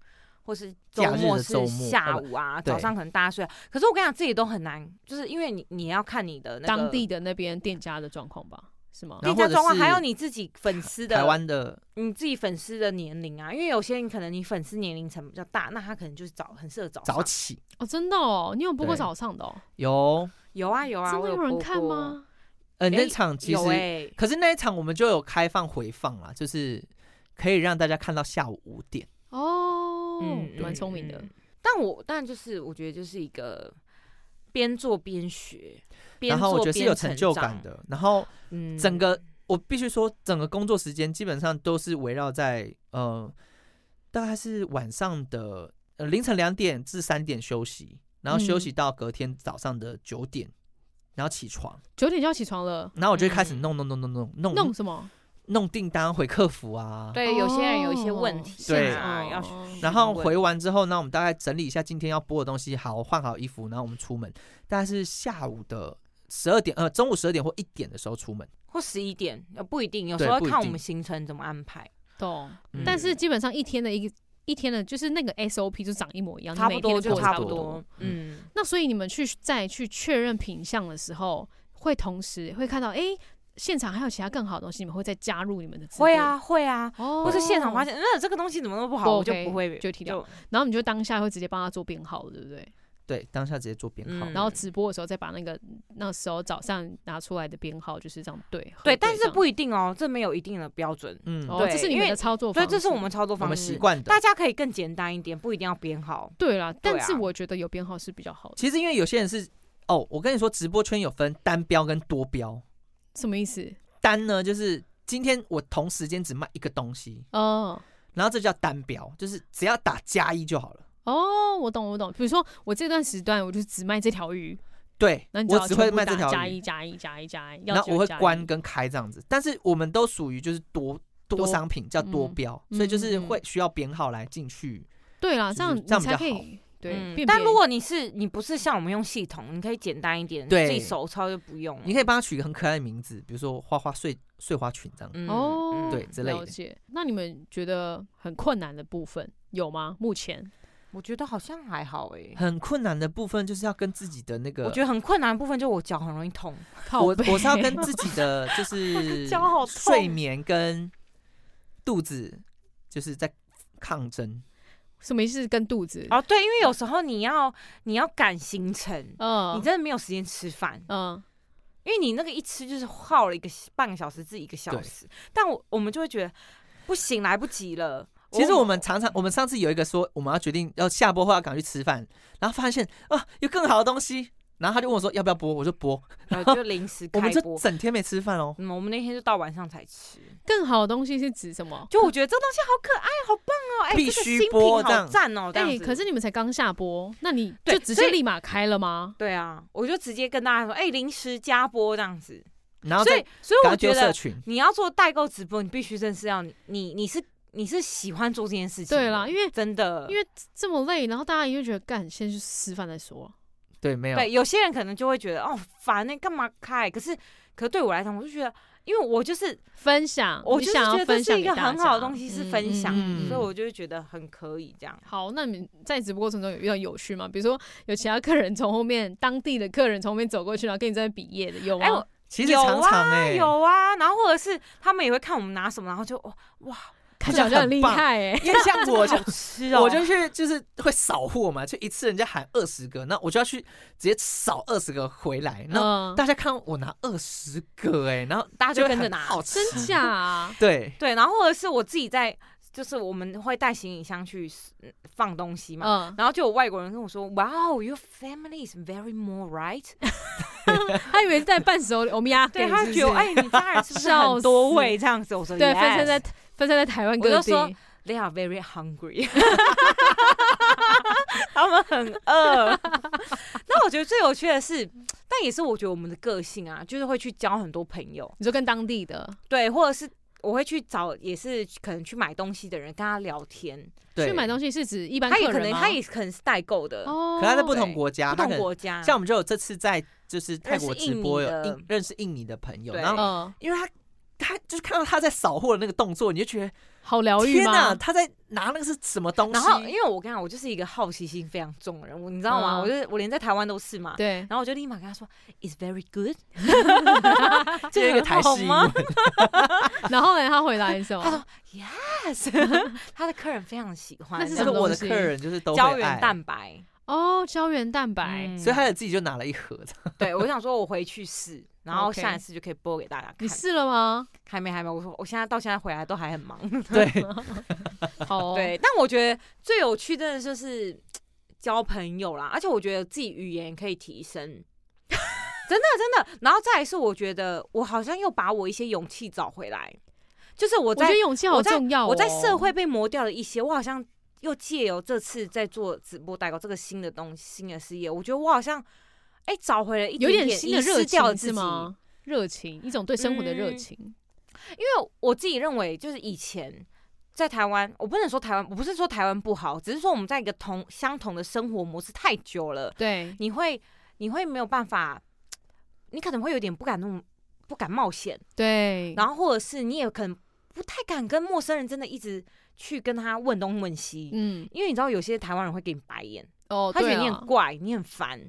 Speaker 3: 或是周
Speaker 5: 假日的
Speaker 3: 末
Speaker 5: 周
Speaker 3: 是
Speaker 5: 末
Speaker 3: 下
Speaker 5: 呃
Speaker 3: 午啊，
Speaker 5: 对
Speaker 3: 早上可能大家睡啊。可是我跟你讲，这也都很难，就是因为你你要看你的那个
Speaker 4: 当地的那边店家的状况吧，是吗？
Speaker 5: 然
Speaker 3: 店
Speaker 5: 后
Speaker 3: 家
Speaker 5: 或者
Speaker 3: 状况，
Speaker 5: 是
Speaker 3: 还有你自己粉丝
Speaker 5: 台
Speaker 3: 的
Speaker 5: 湾的
Speaker 3: 你自己粉丝的年龄啊，因为有些人可能你粉丝年龄层比较大，那他可能就是早很适合早
Speaker 5: 早
Speaker 3: 上
Speaker 5: 起
Speaker 4: 哦，真的哦，你有播过
Speaker 5: 对
Speaker 4: 早上的哦？
Speaker 5: 有。
Speaker 3: 有啊有啊，
Speaker 4: 真
Speaker 3: 我
Speaker 4: 的有
Speaker 3: 有
Speaker 4: 人
Speaker 3: 播
Speaker 4: 看
Speaker 3: 过？
Speaker 4: 吗？
Speaker 5: 呃，那
Speaker 3: 哎
Speaker 5: 场其实
Speaker 3: 有哎、
Speaker 5: 可是那一场我们就有开放回放啦，就是可以让大家看到下午五点。
Speaker 4: 哦，
Speaker 3: 嗯，
Speaker 4: 蛮
Speaker 3: 嗯
Speaker 4: 聪明的
Speaker 3: 嗯。但我但就是我觉得就是一个边做边学，边
Speaker 5: 然后我觉
Speaker 3: 做
Speaker 5: 得
Speaker 3: 边
Speaker 5: 是有成就感
Speaker 3: 成长。
Speaker 5: 的。然后
Speaker 3: 嗯
Speaker 5: 整个我必须说，整个工作时间基本上都是围绕在呃，大概是晚上的呃凌晨两点至三点休息，然后休息
Speaker 3: 嗯
Speaker 5: 到隔天早上的九点，然后起床，
Speaker 4: 九点就要起床了，
Speaker 5: 然后我就会开始
Speaker 3: 嗯
Speaker 5: 弄弄弄弄弄弄
Speaker 4: 弄什么？
Speaker 5: 弄订单回客服啊。
Speaker 3: 对有些人有一些问题
Speaker 5: 对
Speaker 3: 啊，要学
Speaker 4: 哦
Speaker 5: 然后
Speaker 3: 询问
Speaker 5: 回完之后呢，我们大概整理一下今天要播的东西，好，换好衣服，然后我们出门，大概是下午的十二点，呃，中午十二点或一点的时候出门。
Speaker 3: 或十一点呃不一定，有
Speaker 5: 对
Speaker 3: 时候
Speaker 5: 不一
Speaker 3: 看我
Speaker 5: 定
Speaker 3: 们行程怎么安排，
Speaker 4: 懂
Speaker 5: 嗯。
Speaker 4: 但是基本上一天的一个一天的，就是那个 SOP 就长一模一样，
Speaker 3: 差
Speaker 4: 你
Speaker 3: 不
Speaker 4: 每天的
Speaker 3: 多就
Speaker 4: 过
Speaker 5: 程
Speaker 4: 嗯
Speaker 3: 差
Speaker 4: 差
Speaker 3: 不
Speaker 5: 不
Speaker 3: 多
Speaker 5: 多，
Speaker 3: 嗯，
Speaker 4: 那所以你们去再去确认品相的时候，会同时会看到，诶，现场还有其他更好的东西，你们会再加入你们的。
Speaker 3: 会，啊会啊，
Speaker 4: 哦，
Speaker 3: 或是现场发，现呃那这个东西怎么那么不好，
Speaker 4: 不
Speaker 3: 我就
Speaker 4: OK，
Speaker 3: 不会
Speaker 4: 就提掉然后你就当下会直接帮他做编号了，对不对？
Speaker 5: 对，当下直接做编号。
Speaker 3: 嗯
Speaker 4: 然后直播的时候再把那个那时候早上拿出来的编号就是这样对。核
Speaker 3: 对，但
Speaker 4: 这
Speaker 3: 是
Speaker 4: 样
Speaker 3: 不一定哦，这没有一定的标准，
Speaker 5: 嗯，
Speaker 4: 哦，
Speaker 3: 对
Speaker 4: 这是你
Speaker 3: 因
Speaker 4: 们
Speaker 3: 为
Speaker 4: 的操作
Speaker 3: 所
Speaker 4: 方
Speaker 3: 以
Speaker 4: 式，
Speaker 3: 这是我们操作
Speaker 5: 我
Speaker 3: 方
Speaker 5: 们习
Speaker 3: 式，
Speaker 5: 惯的
Speaker 3: 大。家可以更简单一点，不一定要编号。
Speaker 4: 对啦。但是
Speaker 3: 对啊
Speaker 4: 我觉得有编号是比较好的，
Speaker 5: 其实因为有些人是哦，我跟你说，直播圈有分单标跟多标。
Speaker 4: 什么意思？
Speaker 5: 单呢，就是今天我同时间只卖一个东西，
Speaker 4: 哦
Speaker 5: 然后这叫单标，就是只要打加一就好了。
Speaker 4: 哦，我懂我懂。比如说我这段时段我就只卖这条鱼，
Speaker 5: 对
Speaker 4: 那，你
Speaker 5: 我
Speaker 4: 要
Speaker 5: 只
Speaker 4: 全
Speaker 5: 会
Speaker 4: 部
Speaker 5: 卖这
Speaker 4: 打
Speaker 5: 条
Speaker 4: 加
Speaker 5: 鱼
Speaker 4: 一，加一加一加一，要
Speaker 5: 然后
Speaker 4: 只有
Speaker 5: 我会
Speaker 4: 加一
Speaker 5: 关跟开这样子。但是我们都属于就是多多
Speaker 4: 多
Speaker 5: 商品叫多
Speaker 4: 嗯
Speaker 5: 标，所以就是
Speaker 4: 嗯嗯
Speaker 5: 会需要编号来进去。
Speaker 4: 对啦，
Speaker 5: 就是
Speaker 4: 这样
Speaker 5: 这样
Speaker 4: 你
Speaker 5: 比
Speaker 4: 才
Speaker 5: 较
Speaker 4: 可
Speaker 5: 好
Speaker 4: 以对
Speaker 3: 嗯
Speaker 4: 辨别。
Speaker 3: 但如果你是你不是像我们用系统，你可以简单一点，
Speaker 5: 对
Speaker 3: 自己手抄就不用了。
Speaker 5: 你可以帮他取一个很可爱的名字，比如说花花碎碎花裙这样。
Speaker 3: 嗯
Speaker 4: 哦，
Speaker 5: 对之类
Speaker 4: 了
Speaker 5: 的
Speaker 4: 解。那你们觉得很困难的部分有吗？目前
Speaker 3: 我觉得好像还好哎、
Speaker 5: 很困难的部分就是要跟自己的那个，
Speaker 3: 我觉得很困难的部分就我脚很容易痛，
Speaker 4: 靠
Speaker 5: 我
Speaker 4: 背
Speaker 5: 我是要跟自己的就是
Speaker 3: 脚好痛
Speaker 5: 睡眠跟肚子就是在抗争。
Speaker 4: 什么意思？跟肚子？
Speaker 5: 啊
Speaker 3: 哦，对，因为有时候你要你要赶行程，
Speaker 4: 嗯
Speaker 3: 你真的没有时间吃饭，
Speaker 4: 嗯，
Speaker 3: 因为你那个一吃就是耗了一个半个小时至一个小时。但我我们就会觉得不行，来不及了。
Speaker 5: 其实我们常常，我们上次有一个说我们要决定要下播后要赶去吃饭，然后发现啊有更好的东西，然后他就问我说要不要播，我就播，
Speaker 3: 呃就临时
Speaker 5: 我
Speaker 3: 开
Speaker 5: 们就
Speaker 3: 播，
Speaker 5: 整天没吃饭哦。
Speaker 3: 嗯，我们那天就到晚上才吃。
Speaker 4: 更好的东西是指什么？
Speaker 3: 就我觉得这个东西好可爱，好棒哦！哎、
Speaker 5: 必
Speaker 3: 这个
Speaker 5: 须
Speaker 3: 新品
Speaker 5: 播这
Speaker 3: 好
Speaker 5: 样
Speaker 3: 赞哦！这样
Speaker 4: 哎，
Speaker 3: 子
Speaker 4: 可是你们才刚下播，那你
Speaker 3: 对
Speaker 4: 就直
Speaker 3: 所
Speaker 4: 接
Speaker 3: 以
Speaker 4: 立马开了吗？
Speaker 3: 对啊，我就直接跟大家说，哎、临时加播这样子。
Speaker 5: 然后
Speaker 3: 所
Speaker 5: 再
Speaker 3: 以，所以
Speaker 5: 赶快
Speaker 3: 我
Speaker 5: 丢
Speaker 3: 觉
Speaker 5: 社
Speaker 3: 得
Speaker 5: 群，
Speaker 3: 你要做代购直播，你必须真是要你你你是你是喜欢做这件事情的，
Speaker 4: 对啦，因为
Speaker 3: 真的，
Speaker 4: 因为这么累，然后大家也会觉得干，先去吃饭再说啊。
Speaker 5: 对，没有，
Speaker 3: 对有些人可能就会觉得哦烦，那干嘛开？可是可是对我来讲，我就觉得，因为我就是
Speaker 4: 分享，
Speaker 3: 我
Speaker 4: 啊你
Speaker 3: 就是
Speaker 4: 想
Speaker 3: 觉
Speaker 4: 要
Speaker 3: 得这
Speaker 4: 分享
Speaker 3: 是一
Speaker 4: 给
Speaker 3: 个
Speaker 4: 大
Speaker 3: 很好的
Speaker 4: 家
Speaker 3: 东西是
Speaker 4: 嗯
Speaker 3: 分
Speaker 4: 嗯
Speaker 3: 享，
Speaker 5: 嗯
Speaker 3: 所以我就会觉得很可以这样。
Speaker 4: 好，那你们在直播过程中有遇到有趣吗？比如说有其他客人从后面，当地的客人从后面走过去，然后跟你在那比耶的，有吗？
Speaker 3: 哎我
Speaker 5: 其实
Speaker 3: 有
Speaker 5: 常常哎、
Speaker 3: 有啊，然后或者是他们也会看我们拿什么，然后就哦哇哇，
Speaker 4: 看起来好像很厉害哎、
Speaker 5: 因为像我 就
Speaker 3: 好吃哦，
Speaker 5: 我就去就是会扫货嘛，就一次人家喊二十个，那我就要去直接扫二十个回来。那
Speaker 4: 嗯，
Speaker 5: 大家看我拿二十个哎、然后
Speaker 3: 大家就
Speaker 5: 会
Speaker 3: 跟着
Speaker 5: 很
Speaker 3: 拿，
Speaker 5: 好吃，
Speaker 4: 真假、 啊？
Speaker 5: 对，
Speaker 3: 对，然后或者是我自己在，就是我们会带行李箱去嗯放东西嘛。
Speaker 4: 嗯，
Speaker 3: 然后就有外国人跟我说，Wow, your family is very more right？
Speaker 4: 他以为是在伴手礼，我们呀，
Speaker 3: 对，他就觉得哎、你家人是不是
Speaker 4: 笑
Speaker 3: 很多
Speaker 4: 死
Speaker 3: 位这样子？我说
Speaker 4: 对
Speaker 3: yes,
Speaker 4: 分散在分散在台湾
Speaker 3: 我
Speaker 4: 各
Speaker 3: 就
Speaker 4: 地，
Speaker 3: 说 They are very hungry，他们很饿。 那我觉得最有趣的是，但也是我觉得我们的个性啊，就是会去交很多朋友，
Speaker 4: 你说跟当地的
Speaker 3: 对，或者是我会去找也是可能去买东西的人跟他聊天，
Speaker 5: 对
Speaker 4: 去买东西是指一般
Speaker 3: 他也
Speaker 4: 客
Speaker 3: 可
Speaker 4: 人
Speaker 3: 能
Speaker 4: 吗
Speaker 3: 他也可能是代购的，
Speaker 4: 哦，
Speaker 5: 可他在不
Speaker 3: 哦对
Speaker 5: 同国家，
Speaker 3: 不
Speaker 5: 他可
Speaker 3: 同
Speaker 5: 能
Speaker 3: 国家，
Speaker 5: 像我们就有这次在就是泰国直播有
Speaker 3: 啊认识印尼的
Speaker 5: 印认识印尼的朋友，
Speaker 3: 对
Speaker 5: 然后
Speaker 4: 嗯，
Speaker 5: 因为他他就是看到他在扫货的那个动作，你就觉得
Speaker 4: 好疗愈
Speaker 5: 天
Speaker 4: 吗？
Speaker 5: 他在拿那个是什么东西？
Speaker 3: 然后因为我跟你讲，我就是一个好奇心非常重的人，我你知道吗？
Speaker 4: 嗯
Speaker 3: 我就是我连在台湾都是嘛，
Speaker 4: 对
Speaker 3: 然，后我就立马跟他说，It's very good，
Speaker 5: 这是一个台
Speaker 3: 好
Speaker 5: 式英
Speaker 3: 吗
Speaker 5: 文，
Speaker 4: 然后呢，他回答你什
Speaker 3: 他说
Speaker 4: 么？
Speaker 3: ？Yes，他的 客人非常喜欢，
Speaker 4: 那是什
Speaker 5: 他说
Speaker 4: 么
Speaker 5: 我的
Speaker 4: 东西
Speaker 5: 客人就是都
Speaker 3: 胶
Speaker 5: 会
Speaker 3: 原
Speaker 5: 爱，
Speaker 3: 蛋白，
Speaker 4: 哦，胶原蛋白，
Speaker 3: 嗯
Speaker 5: 所以他也自己就拿了一盒。
Speaker 3: 对我想说，我回去试，然后
Speaker 4: OK
Speaker 3: 下一次就可以播给大家
Speaker 4: 你
Speaker 3: 看。
Speaker 4: 试了 吗？
Speaker 3: 还没还没，我说我现在到现在回来都还很忙。
Speaker 5: 对，
Speaker 4: 好哦，
Speaker 3: 对，但我觉得最有趣真的就是交朋友啦，而且我觉得自己语言可以提升。真的真的，然后再来是我觉得我好像又把我一些勇气找回来，就是我
Speaker 4: 我
Speaker 3: 在
Speaker 4: 觉得勇气好
Speaker 3: 我在
Speaker 4: 重要哦，
Speaker 3: 我在社会被磨掉了一些，我好像又借由这次在做直播代购这个新的东西、新的事业，我觉得我好像哎、找回了一
Speaker 4: 有
Speaker 3: 点
Speaker 4: 点新的
Speaker 3: 遗
Speaker 4: 热
Speaker 3: 失掉了
Speaker 4: 情
Speaker 3: 自
Speaker 4: 是
Speaker 3: 己。
Speaker 4: 吗？热情，一种对生活的热
Speaker 3: 嗯
Speaker 4: 情。
Speaker 3: 因为我自己认为，就是以前在台湾，我不能说台湾，我不是说台湾不好，只是说我们在一个同相同的生活模式太久了，
Speaker 4: 对，
Speaker 3: 你会你会没有办法，你可能会有点不敢那么不敢冒险，
Speaker 4: 对，
Speaker 3: 然后或者是你也可能不太敢跟陌生人真的一直去跟他问东问西。
Speaker 4: 嗯，
Speaker 3: 因为你知道有些台湾人会给你白眼，
Speaker 4: 哦，
Speaker 3: 他觉
Speaker 4: 对
Speaker 3: 得你
Speaker 4: 啦
Speaker 3: 很怪，你很烦，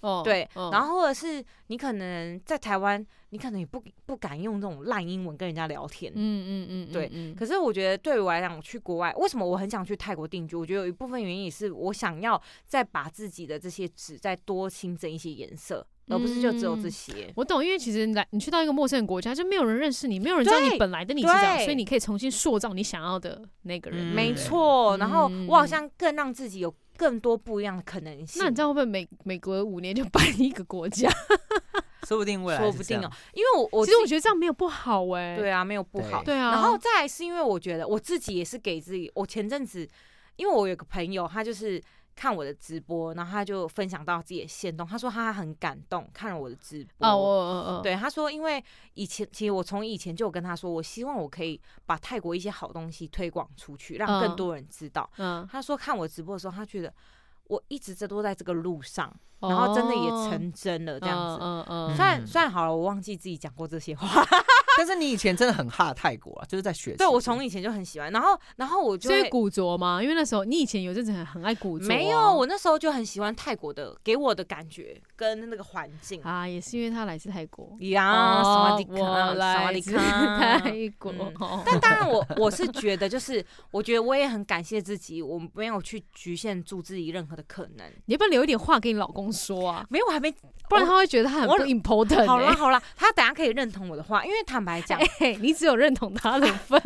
Speaker 4: 哦，
Speaker 3: 对。
Speaker 4: 嗯
Speaker 3: 然后或者是你可能在台湾，你可能也不不敢用这种烂英文跟人家聊天，
Speaker 4: 嗯嗯嗯，
Speaker 3: 对
Speaker 4: 嗯，嗯
Speaker 3: 可是我觉得对我来讲，我去国外，为什么我很想去泰国定居？我觉得有一部分原因也是我想要再把自己的这些纸再多新增一些颜色，而不是就只有
Speaker 4: 嗯
Speaker 3: 这些。
Speaker 4: 我懂，因为其实你来你去到一个陌生的国家，就没有人认识你，没有人知道
Speaker 3: 对
Speaker 4: 你本来的你是这样，
Speaker 3: 对
Speaker 4: 所以你可以重新塑造你想要的那个人。
Speaker 5: 嗯
Speaker 3: 没
Speaker 4: 对
Speaker 3: 错，然后我好
Speaker 4: 嗯
Speaker 3: 像更让自己有更多不一样的可能性。
Speaker 4: 那你知道会不会每每隔五年就 搬一个国家？
Speaker 5: 说不定未来
Speaker 3: 说
Speaker 5: 是
Speaker 3: 不
Speaker 5: 这
Speaker 3: 定
Speaker 5: 样
Speaker 3: 哦，因为我 我
Speaker 4: 其实
Speaker 3: 自
Speaker 4: 我觉得这样没有不好哎、
Speaker 3: 对啊，没有不好。
Speaker 4: 对啊，
Speaker 3: 然后再来是因为我觉得我自己也是给自己，我前阵子因为我有个朋友，他就是看我的直播，然后他就分享到自己的行动，他说他很感动，看了我的直播。
Speaker 4: 哦，我嗯嗯，
Speaker 3: 对，他说，因为以前其实我从以前就有跟他说，我希望我可以把泰国一些好东西推广出去，让更
Speaker 4: 嗯
Speaker 3: 多人知道。
Speaker 4: 嗯，
Speaker 3: 他说看我直播的时候，他觉得我一直这都在这个路上，然后真的也
Speaker 4: 哦
Speaker 3: 成真了这样子。
Speaker 4: 嗯嗯
Speaker 3: 虽
Speaker 4: 嗯，
Speaker 3: 然虽然好了，我忘记自己讲过这些话，
Speaker 5: 但是你以前真的很怕泰国啊，就是在学期间。
Speaker 3: 对我从以前就很喜欢，然后然后我就
Speaker 4: 所以
Speaker 3: 会
Speaker 4: 古着嘛，因为那时候你以前有阵子很很爱古着、啊哦
Speaker 3: 没有，我那时候就很喜欢泰国的，给我的感觉跟那个环境。
Speaker 4: 啊，也是因为他来自泰国。
Speaker 3: 呀，萨瓦迪卡，
Speaker 4: 我
Speaker 3: 萨瓦
Speaker 4: 来
Speaker 3: 迪
Speaker 4: 自
Speaker 3: 卡，
Speaker 4: 泰国，
Speaker 3: 嗯
Speaker 4: 哦
Speaker 3: 但当然我，我是觉得，就是我觉得我也很感谢自己，我没有去局限住自己任何的可能。
Speaker 4: 你要不要留一点话给你老公说啊？
Speaker 3: 没有，我还没
Speaker 4: 不然他会觉得他很不
Speaker 3: 我
Speaker 4: important、欸。哎
Speaker 3: 好啦好啦，他等下可以认同我的话，因为坦白讲，
Speaker 4: 嘿欸 你只有认同他 的分，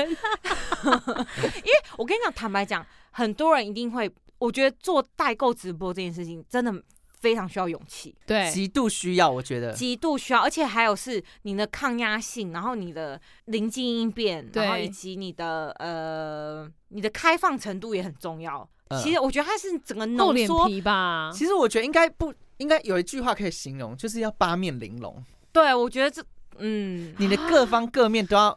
Speaker 3: 我跟你讲，坦白讲，很多人一定会，我觉得做代购直播这件事情真的非常需要勇气，
Speaker 4: 对
Speaker 5: 极度需要，我觉得
Speaker 3: 极度需要，而且还有是你的抗压性，然后你的临机应变，然后
Speaker 4: 对
Speaker 3: 以及你的呃你的开放程度也很重要。
Speaker 5: 嗯
Speaker 3: 其实我觉得它是整个
Speaker 4: 厚
Speaker 3: 浓
Speaker 4: 脸
Speaker 3: 缩
Speaker 4: 皮吧。
Speaker 5: 其实我觉得应该不应该有一句话可以形容，就是要八面玲珑，
Speaker 3: 对，我觉得这，嗯，
Speaker 5: 你的各方各面都要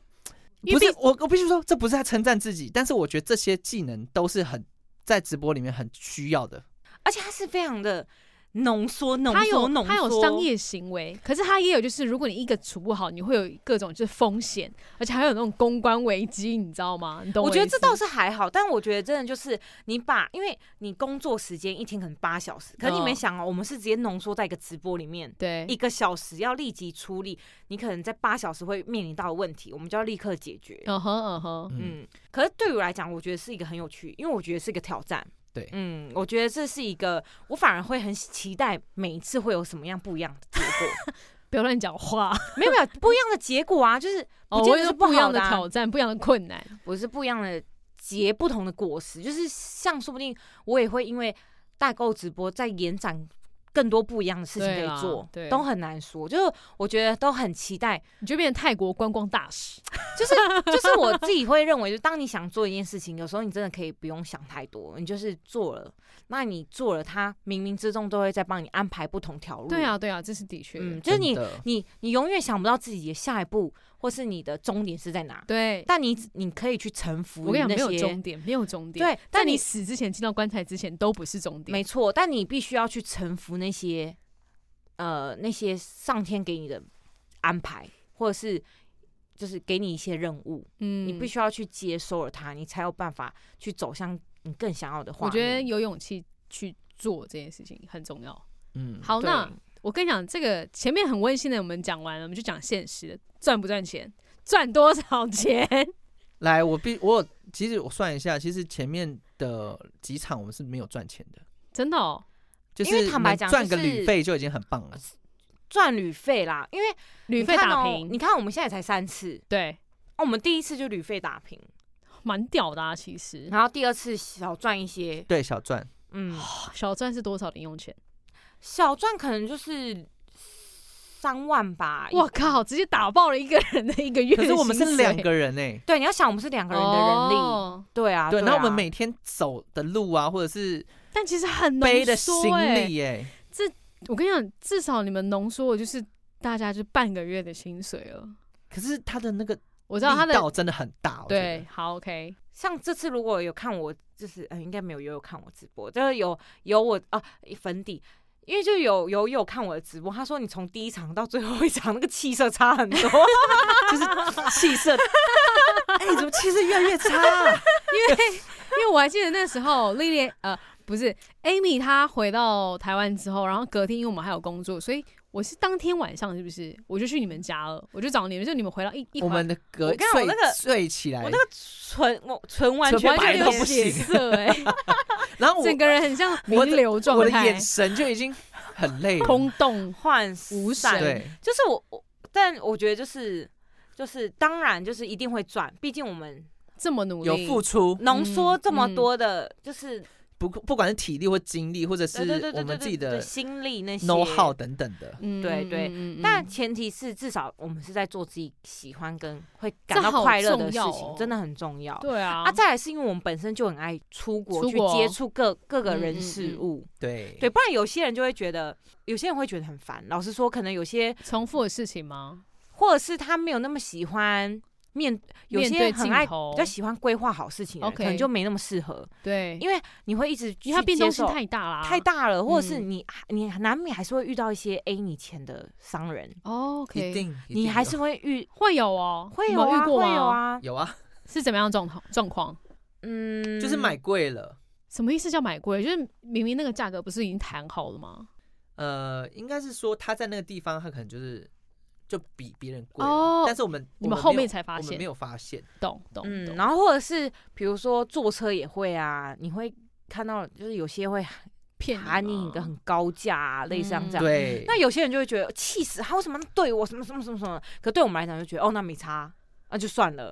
Speaker 4: 因
Speaker 5: 不
Speaker 4: 为
Speaker 5: 是
Speaker 4: 毕
Speaker 5: 我，我必须说，这不是在称赞自己，但是我觉得这些技能都是很在直播里面很需要的。
Speaker 3: 而且它是非常的浓缩、浓
Speaker 4: 他
Speaker 3: 缩、
Speaker 4: 有
Speaker 3: 浓缩，
Speaker 4: 他有商业行为，可是他也有就是，如果你一个处不好，你会有各种就是风险，而且还有那种公关危机，你知道吗？你懂
Speaker 3: 我
Speaker 4: 的
Speaker 3: 觉得
Speaker 4: 意
Speaker 3: 这
Speaker 4: 思
Speaker 3: 倒是还好，但我觉得真的就是你把，因为你工作时间一天可能八小时，可是你没
Speaker 4: 嗯
Speaker 3: 想哦，我们是直接浓缩在一个直播里面，
Speaker 4: 对
Speaker 3: 一个小时要立即处理，你可能在八小时会面临到的问题，我们就要立刻解决。
Speaker 4: 嗯哼嗯哼，
Speaker 5: 嗯，
Speaker 3: 嗯，可是对我来讲，我觉得是一个很有趣，因为我觉得是一个挑战。
Speaker 5: 对
Speaker 3: 嗯，我觉得这是一个，我反而会很期待每一次会有什么样不一样的结果，
Speaker 4: 不要乱讲话。
Speaker 3: 没有没有不一样的结果啊，就是
Speaker 4: 哦，
Speaker 3: 不 见
Speaker 4: 我
Speaker 3: 得
Speaker 4: 也
Speaker 3: 是
Speaker 4: 是
Speaker 3: 不
Speaker 4: 不一样
Speaker 3: 好的
Speaker 4: 的
Speaker 3: 啊
Speaker 4: 挑战，不一样的困难。
Speaker 3: 我是不一样的结不同的果实，就是像说不定我也会因为代购直播再延展更多不一样的事情可
Speaker 4: 对
Speaker 3: 以
Speaker 4: 啦
Speaker 3: 做，
Speaker 4: 对
Speaker 3: 都很难说。就是我觉得都很期待，
Speaker 4: 你就变成泰国观光大使，
Speaker 3: 就是就是我自己会认为，就当你想做一件事情，有时候你真的可以不用想太多，你就是做了，那你做了它，冥冥之中都会在帮你安排不同条路。
Speaker 4: 对，啊，对啊，这是的确的，
Speaker 3: 哦嗯，就是你
Speaker 5: 真的
Speaker 3: 你你永远想不到自己的下一步或是你的终点是在哪，
Speaker 4: 对。
Speaker 3: 但你你可以去臣服
Speaker 4: 我跟
Speaker 3: 于
Speaker 4: 你
Speaker 3: 那
Speaker 4: 讲，没有
Speaker 3: 些
Speaker 4: 终点，没有终点。
Speaker 3: 对
Speaker 4: 在
Speaker 3: 但
Speaker 4: 你
Speaker 3: 你
Speaker 4: 死之前进到棺材之前都不是终点。
Speaker 3: 没错，但你必须要去臣服那些，呃，那些上天给你的安排，或者是就是给你一些任务，
Speaker 4: 嗯
Speaker 3: 你必须要去接收了它，你才有办法去走向你更想要的画
Speaker 4: 我
Speaker 3: 面。
Speaker 4: 觉得有勇气去做这件事情很重要。
Speaker 5: 嗯，
Speaker 4: 好，
Speaker 3: 对
Speaker 4: 那我跟你讲，这个前面很温馨的我们讲完了，我们就讲现实的，赚不赚钱，赚多少钱？
Speaker 5: 来，我必我有其实我算一下，其实前面的几场我们是没有赚钱的，
Speaker 4: 真的哦，
Speaker 5: 就
Speaker 3: 因为
Speaker 5: 是
Speaker 3: 坦白
Speaker 5: 能
Speaker 3: 讲
Speaker 5: 赚
Speaker 3: 就
Speaker 5: 个旅
Speaker 3: 是呃
Speaker 5: 费就已经很棒了。
Speaker 3: 赚旅费啦，因为
Speaker 4: 旅
Speaker 3: 你
Speaker 4: 费
Speaker 3: 看
Speaker 4: 打
Speaker 3: 哦
Speaker 4: 平，
Speaker 3: 你看我们现在才三次，
Speaker 4: 对，
Speaker 3: 哦我们第一次就旅费打平，
Speaker 4: 蛮屌的啊，其实。
Speaker 3: 然后第二次小赚一些，
Speaker 5: 对，小赚
Speaker 3: 嗯，
Speaker 4: 小赚是多少零用钱？
Speaker 3: 小赚可能就是三万吧。
Speaker 4: 我啊靠，直接打爆了一个人的一个月的
Speaker 5: 可
Speaker 4: 薪水。
Speaker 5: 是我们是两个人哎、
Speaker 3: 对，你要想我们是两个人的人力，
Speaker 4: 哦
Speaker 3: 对啊，
Speaker 5: 对，
Speaker 3: 啊
Speaker 5: 然后我们每天走的路啊，或者是
Speaker 4: 但其实很浓
Speaker 5: 背的行
Speaker 4: 缩
Speaker 3: 欸
Speaker 4: 哎、
Speaker 5: 李哎、
Speaker 4: 我跟你讲，至少你们浓缩的就是大家就半个月的薪水了。
Speaker 5: 可是他的那个
Speaker 4: 我知道他
Speaker 5: 力
Speaker 4: 的
Speaker 5: 道真的很大，我觉
Speaker 4: 对
Speaker 5: 得，，
Speaker 4: 好 OK，
Speaker 3: 像这次如果有看我，就是嗯，应该没有有有看我直播，就是有有我啊粉底，因为就有有有看我的直播，他说你从第一场到最后一场那个气色差很多，
Speaker 5: 就是气色，哎、怎么气色越来越差啊、
Speaker 4: 因为我还记得那时候莉莉呃不是 Amy 她回到台湾之后，然后隔天因为我们还有工作，所以我是当天晚上是不是我就去你们家了，我就找你们，就你们回到一一
Speaker 5: 我们的
Speaker 3: 我
Speaker 5: 隔
Speaker 3: 跟你讲我
Speaker 5: 睡
Speaker 3: 那个
Speaker 5: 睡起来，
Speaker 3: 我那个唇我唇完
Speaker 5: 唇白
Speaker 3: 全
Speaker 4: 完
Speaker 3: 没
Speaker 4: 全
Speaker 5: 到
Speaker 3: 有
Speaker 4: 没
Speaker 5: 不
Speaker 4: 有血
Speaker 5: 行
Speaker 4: 色哎、
Speaker 5: 然后我
Speaker 4: 整个人很像弥
Speaker 5: 我的
Speaker 4: 留状
Speaker 5: 我的
Speaker 4: 态
Speaker 5: 眼，神就已经很累了，
Speaker 4: 空洞。
Speaker 3: 换
Speaker 4: 无
Speaker 3: 散
Speaker 4: 神
Speaker 5: 对，
Speaker 3: 就是我我，但我觉得就是就是当然就是一定会赚，毕竟我们
Speaker 4: 这么努力，
Speaker 5: 有付出，
Speaker 3: 浓缩
Speaker 4: 嗯
Speaker 3: 这么
Speaker 4: 嗯
Speaker 3: 多的，就是
Speaker 5: 不不管是体力或精力，或者是
Speaker 3: 对对对
Speaker 5: 我
Speaker 3: 对对
Speaker 5: 们自己
Speaker 3: 对对
Speaker 5: 的
Speaker 3: 心力那些
Speaker 5: know how 等等的，
Speaker 4: 嗯
Speaker 3: 对对
Speaker 4: 嗯嗯嗯
Speaker 3: 但前提是，至少我们是在做自己喜欢跟会
Speaker 4: 这
Speaker 3: 感到
Speaker 4: 好
Speaker 3: 快乐
Speaker 4: 重
Speaker 3: 的事
Speaker 4: 要
Speaker 3: 情
Speaker 4: 哦，
Speaker 3: 真的很重要。
Speaker 4: 对啊，
Speaker 3: 啊，再来是因为我们本身就很爱出国
Speaker 4: 出
Speaker 3: 去
Speaker 4: 国
Speaker 3: 接触各各个
Speaker 4: 嗯嗯
Speaker 3: 人
Speaker 4: 嗯
Speaker 3: 事物，
Speaker 5: 对
Speaker 3: 对，不然有些人就会觉得，有些人会觉得很烦。老实说，可能有些
Speaker 4: 重复的事情吗？
Speaker 3: 或者是他没有那么喜欢面，有
Speaker 4: 面
Speaker 3: 些
Speaker 4: 对
Speaker 3: 人很
Speaker 4: 镜
Speaker 3: 爱
Speaker 4: 头
Speaker 3: 比较喜欢规划好事情的人
Speaker 4: OK
Speaker 3: 可能就没那么适合，
Speaker 4: 对，
Speaker 3: 因为你会一直
Speaker 4: 因为它
Speaker 3: 去
Speaker 4: 变
Speaker 3: 接
Speaker 4: 动性
Speaker 3: 受
Speaker 4: 太大啦，
Speaker 3: 太大了，或者是
Speaker 4: 嗯
Speaker 3: 你你难免还是会遇到一些 A 你钱的商人，
Speaker 4: 哦
Speaker 5: 一
Speaker 4: ，OK，
Speaker 5: 定
Speaker 3: 你还是会 遇
Speaker 4: 会有哦，
Speaker 3: 会
Speaker 4: 你
Speaker 3: 有
Speaker 4: 们
Speaker 3: 啊，
Speaker 4: 遇过
Speaker 3: 会
Speaker 4: 吗
Speaker 3: 有，啊，
Speaker 5: 有啊，
Speaker 4: 是怎么样的状况状况？
Speaker 3: 嗯，
Speaker 5: 就是买贵了，
Speaker 4: 什么意思叫买贵？就是明明那个价格不是已经谈好了吗？
Speaker 5: 呃，应该是说他在那个地方，他可能就是就比别人贵了，啊
Speaker 4: 哦
Speaker 5: 但是我们
Speaker 4: 你
Speaker 5: 我
Speaker 4: 们
Speaker 5: 没
Speaker 4: 后
Speaker 5: 有
Speaker 4: 面才发
Speaker 5: 我们
Speaker 4: 现
Speaker 5: 没，有发现，
Speaker 4: 懂懂
Speaker 3: 嗯，
Speaker 4: 懂。
Speaker 3: 然后或者是比如说坐车也会啊，你会看到就是有些会
Speaker 4: 骗
Speaker 3: 喊你
Speaker 4: 你嗯
Speaker 3: 一个很高价、啊，类似像这样。
Speaker 5: 对，
Speaker 3: 那有些人就会觉得气死他，为什么对我什么什么什么什么？可对我们来讲就觉得哦，那没差，那就算了，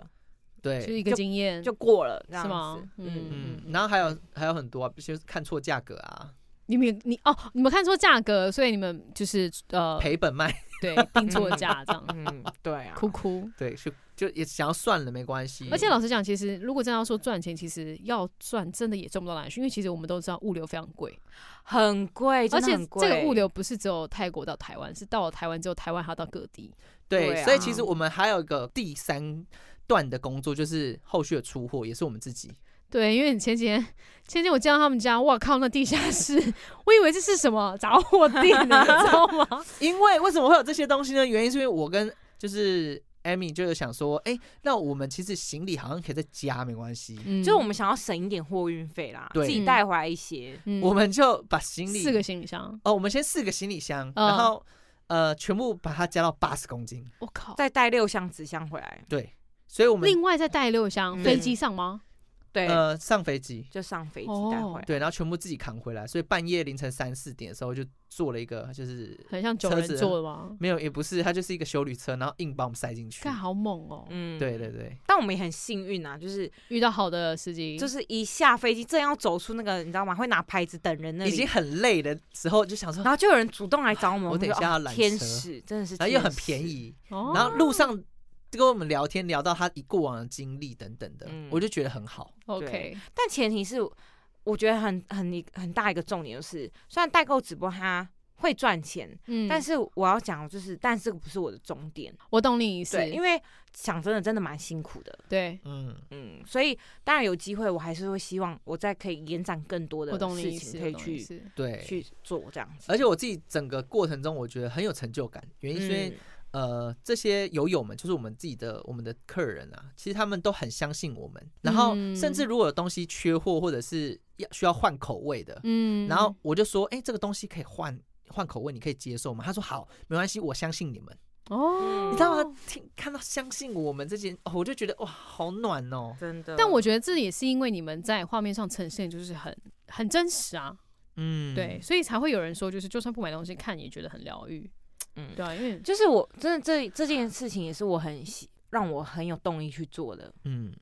Speaker 4: 就是
Speaker 5: 对，
Speaker 4: 一个
Speaker 3: 就
Speaker 4: 经验，
Speaker 3: 就过了这
Speaker 4: 嗯
Speaker 3: 样
Speaker 4: 是吗
Speaker 3: 子。？嗯，
Speaker 5: 嗯，然后还有还有很多啊，就是看错价格啊，
Speaker 4: 你们你哦，你们看错价格，所以你们就是 呃，
Speaker 5: 赔本卖，
Speaker 4: 对，定错价这 样，
Speaker 3: 嗯，对啊
Speaker 4: 哭，哭。
Speaker 5: 对，就就也想要算了，没关系，
Speaker 4: 嗯而且老实讲，其实如果真的要说赚钱，其实要赚真的也赚不到哪里去，因为其实我们都知道物流非常贵，
Speaker 3: 很贵，
Speaker 4: 而
Speaker 3: 哎真的
Speaker 4: 且
Speaker 3: 很贵
Speaker 4: 这个物流不是只有泰国到台湾，是到了台湾之后，台湾还要到各地。
Speaker 5: 对，
Speaker 3: 对
Speaker 5: 所以
Speaker 3: 啊
Speaker 5: 其实我们还有一个第三段的工作，就是后续的出货，也是我们自己。
Speaker 4: 对，因为你前几天前几天我见到他们家，哇靠，那地下室， 我以为这是什么杂货店呢，你知道吗？
Speaker 5: 因为为什么会有这些东西呢？原因是因为我跟就是 Amy 就是想说，哎、那我们其实行李好像可以在家没关系，
Speaker 4: 嗯
Speaker 3: 就是我们想要省一点货运费啦，
Speaker 5: 对
Speaker 3: 自己带回来一些。
Speaker 4: 嗯
Speaker 5: 我们就把行李
Speaker 4: 四个行李箱，
Speaker 5: 哦，我们先四个行李箱，
Speaker 4: 嗯
Speaker 5: 然后呃全部把它加到八十公斤，
Speaker 4: 我靠，
Speaker 3: 再带六箱纸箱回来，
Speaker 5: 对，所以我们
Speaker 4: 另外再带六箱
Speaker 3: 嗯
Speaker 4: 飞机上吗？
Speaker 3: 对，
Speaker 5: 呃上飞机。
Speaker 3: 就上飞机带回来。
Speaker 5: 对，然后全部自己扛回来，所以半夜凌晨三四点的时候就做了一个，就是
Speaker 4: 很像九
Speaker 5: 车
Speaker 4: 人
Speaker 5: 子
Speaker 4: 座的吗？
Speaker 5: 没有也不是，它就是一个修旅车，然后硬把我们塞进去
Speaker 4: 看。好猛哦、
Speaker 3: 嗯，
Speaker 5: 对对。对，
Speaker 3: 但我们也很幸运啊，就是
Speaker 4: 遇到好的司
Speaker 5: 嗯
Speaker 4: 机，
Speaker 3: 就是一下飞机，正要走出那个你知道吗？会拿牌子等人那里，
Speaker 5: 已经很累的时候就想说，
Speaker 3: 然后就有人主动来找我们，
Speaker 5: 我
Speaker 3: 们
Speaker 5: 等一
Speaker 3: 就
Speaker 5: 下
Speaker 3: 哦
Speaker 5: 要拦
Speaker 3: 天
Speaker 5: 车
Speaker 3: 使真的是，
Speaker 5: 然后又很便，宜，
Speaker 4: 哦
Speaker 5: 然后路上就跟我们聊天，聊到他以过往的经历等等的，
Speaker 3: 嗯
Speaker 5: 我就觉得很好。
Speaker 4: OK，
Speaker 3: 但前提是，我觉得很很一很大一个重点就是，虽然代购直播它会赚钱，
Speaker 4: 嗯，
Speaker 3: 但是我要讲的就是，但这个不是我的终点，
Speaker 4: 我懂你意思，
Speaker 3: 对，因
Speaker 4: 为
Speaker 3: 为讲真的，真的蛮辛苦的，
Speaker 4: 对
Speaker 5: 嗯，
Speaker 3: 嗯，所以当然有机会，我还是会希望我再可以延展更多的
Speaker 4: 我懂你
Speaker 3: 事
Speaker 4: 意思，
Speaker 3: 情可以
Speaker 4: 我懂你意
Speaker 3: 去
Speaker 4: 思
Speaker 5: 对。
Speaker 3: 去做这样子，嗯
Speaker 5: 而且我自己整个过程中，我觉得很有成就感，原因是因为、呃，这些友友们就是我们自己的我们的客人啊，其实他们都很相信我们。然后
Speaker 4: 嗯
Speaker 5: 甚至如果有东西缺货或者是要需要换口味的，
Speaker 4: 嗯，
Speaker 5: 然后我就说，哎、这个东西可以换换口味，你可以接受吗？他说好，没关系，我相信你们。
Speaker 4: 哦，
Speaker 3: 嗯
Speaker 5: 你知道吗？听看到相信我们这件，哦我就觉得哇，好暖哦。
Speaker 3: 真的，
Speaker 4: 但我觉得这也是因为你们在画面上呈现就是很很真实啊，
Speaker 5: 嗯，
Speaker 4: 对，，所以才会有人说就是就算不买东西看也觉得很疗愈，
Speaker 3: 嗯
Speaker 4: 对啊，因为
Speaker 3: 就是我真的这这件事情也是我很 喜让我很有动力去做的，
Speaker 5: 嗯
Speaker 4: 嗯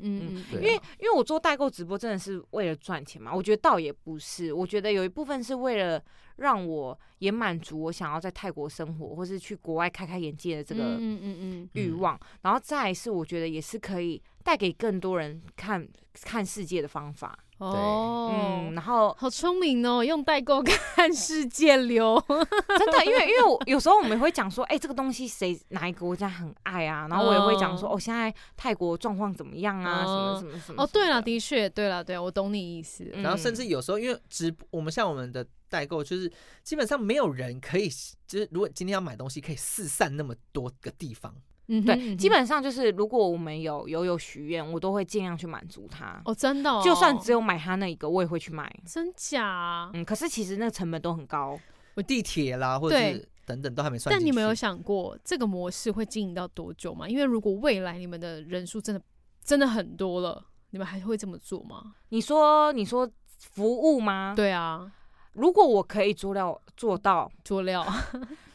Speaker 4: 嗯嗯嗯，
Speaker 5: 对啊
Speaker 3: 因为因为我做代购直播真的是为了赚钱嘛，我觉得倒也不是，我觉得有一部分是为了让我也满足我想要在泰国生活或是去国外开开眼界的这
Speaker 4: 嗯
Speaker 3: 个
Speaker 4: 嗯嗯嗯
Speaker 3: 欲望，然后再来是我觉得也是可以带给更多人看看世界的方法，
Speaker 4: 嗯哦
Speaker 3: 嗯，。然后
Speaker 4: 好聪明哦，用代购 看世界流，
Speaker 3: 真的，因为因为我有时候我们也会讲说，哎、这个东西谁哪一个国家很爱啊，然后我也会讲说，
Speaker 4: 哦
Speaker 3: 哦，现在泰国状况怎么样啊，什么
Speaker 4: 哦
Speaker 3: 什么什么
Speaker 4: 哦，对
Speaker 3: 了
Speaker 4: 了，，的确，对了，对，我懂你意思，
Speaker 3: 嗯
Speaker 5: 然后甚至有时候，因为直播，我们像我们的代购，就是基本上没有人可以，就是如果今天要买东西，可以四散那么多个地方。
Speaker 4: 嗯哼，嗯
Speaker 3: 对，
Speaker 4: 哼
Speaker 3: 基本上就是如果我们有有有许愿，我都会尽量去满足他。
Speaker 4: 哦，真的哦，
Speaker 3: 就算只有买他那一个，我也会去买。
Speaker 4: 真假啊，
Speaker 3: 嗯，可是其实那个成本都很高。
Speaker 5: 地铁啦，或者
Speaker 4: 对
Speaker 5: 是等等都还没算进
Speaker 4: 但
Speaker 5: 去。
Speaker 4: 你们有想过这个模式会经营到多久吗？因为如果未来你们的人数真的真的很多了，你们还会这么做吗？
Speaker 3: 你说，你说服务吗？，
Speaker 4: 对啊，
Speaker 3: 如果我可以做到做到
Speaker 4: 佐料，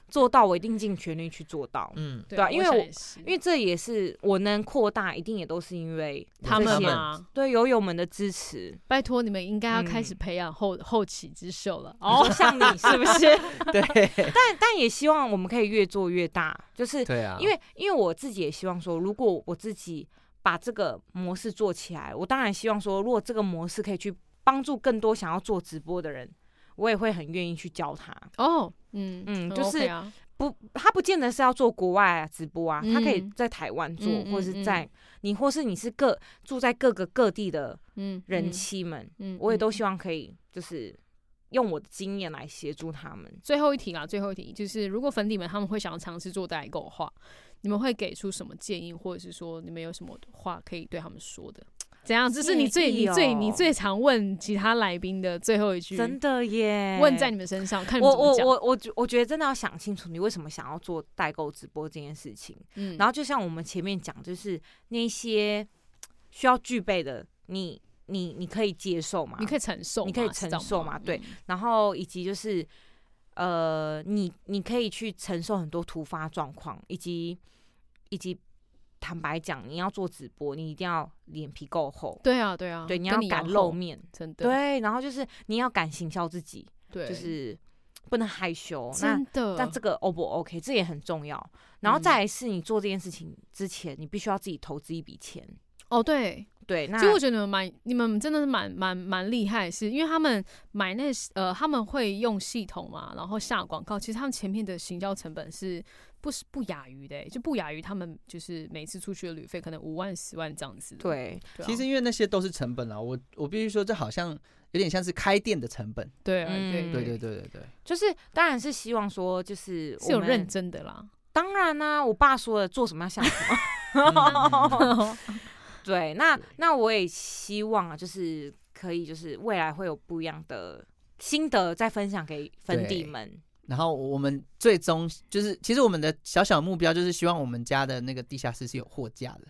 Speaker 3: 做到，我一定尽全力去做到。
Speaker 5: 嗯，
Speaker 4: 对
Speaker 3: 啊因为
Speaker 4: 想
Speaker 3: 我
Speaker 4: 也是
Speaker 3: 因为这也是我能扩大，一定也都是因为
Speaker 4: 他
Speaker 3: 这
Speaker 4: 们
Speaker 3: 些
Speaker 4: 嘛，
Speaker 3: 对友友们的支持。
Speaker 4: 拜托你们应该要开始
Speaker 3: 嗯
Speaker 4: 培养后、后起之秀了。
Speaker 3: 哦，像你是不是？
Speaker 5: 对
Speaker 3: 但但也希望我们可以越做越大，就是
Speaker 5: 对啊，
Speaker 3: 因为因为我自己也希望说，如果我自己把这个模式做起来，我当然希望说，如果这个模式可以去帮助更多想要做直播的人，我也会很愿意去教他。
Speaker 4: 哦，嗯很
Speaker 3: 嗯就是
Speaker 4: OK 啊，
Speaker 3: 不，他不见得是要做国外啊直播啊，
Speaker 4: 嗯
Speaker 3: 他可以在台湾做，
Speaker 4: 嗯嗯
Speaker 3: 或是在你，或是你是各住在各个各地的
Speaker 4: 嗯，
Speaker 3: 人
Speaker 4: 嗯，
Speaker 3: 妻们，
Speaker 4: 嗯
Speaker 3: 我也都希
Speaker 4: 望。
Speaker 3: 望可以就是用我的经验来协助他们。
Speaker 4: 最后一题啦，最后一题就是，如果粉底们他们会想要尝试做代购的话，你们会给出什么建议，或者是说你们有什么话可以对他们说的？怎样？这是你最、
Speaker 3: 建
Speaker 4: 你
Speaker 3: 议哦
Speaker 4: 最你最常问其他来宾的最后一句，
Speaker 3: 真的耶！
Speaker 4: 问在你们身上，看你们
Speaker 3: 我
Speaker 4: 怎么
Speaker 3: 我
Speaker 4: 讲。
Speaker 3: 我我觉我觉得真的要想清楚，你为什么想要做代购直播这件事情。
Speaker 4: 嗯
Speaker 3: 然后就像我们前面讲，就是那些需要具备的，你你你可以接受嘛？
Speaker 4: 你可以承受嘛，
Speaker 3: 你可以承受嘛对
Speaker 4: 嗯
Speaker 3: 然后以及就是呃，你你可以去承受很多突发状况，以及以及坦白讲，你要做直播，你一定要脸皮够厚，
Speaker 4: 对啊，对啊，
Speaker 3: 对，你
Speaker 4: 跟
Speaker 3: 要
Speaker 4: 你
Speaker 3: 敢
Speaker 4: 要
Speaker 3: 露
Speaker 4: 厚，
Speaker 3: 面，
Speaker 4: 真的，
Speaker 3: 对，然后就是你要敢行销自己，
Speaker 4: 对，
Speaker 3: 就是不能害羞。那
Speaker 4: 真的。
Speaker 3: 但这个 O 不 OK，这也很重要。然后
Speaker 4: 嗯
Speaker 3: 再来是你做这件事情之前，你必须要自己投资一笔钱。
Speaker 4: 哦，对，
Speaker 3: 对，那
Speaker 4: 其实我觉得你们蛮，你们真的是蛮蛮蛮厉害，是因为他们买那呃，他们会用系统嘛，然后下广告，其实他们前面的行销成本是不是不亚于的、就不亚于他们就是每次出去的旅费可能五万十万这样子。
Speaker 3: 对
Speaker 4: 对啊，
Speaker 5: 其实因为那些都是成本啦，我我必须说，这好像有点像是开店的成本。
Speaker 4: 对啊
Speaker 3: 嗯
Speaker 4: 对
Speaker 5: 对对对对对，
Speaker 3: 就是当然是希望说就是
Speaker 4: 是有
Speaker 3: 我们
Speaker 4: 认，真的啦。
Speaker 3: 当然啦、我爸说的做什么要想什么。
Speaker 5: 嗯
Speaker 3: 对，那那我也希望啊，就是可以，就是未来会有不一样的心得再分享给粉底
Speaker 5: 对
Speaker 3: 们。
Speaker 5: 然后我们最终就是，其实我们的小小目标就是希望我们家的那个地下室是有货架的。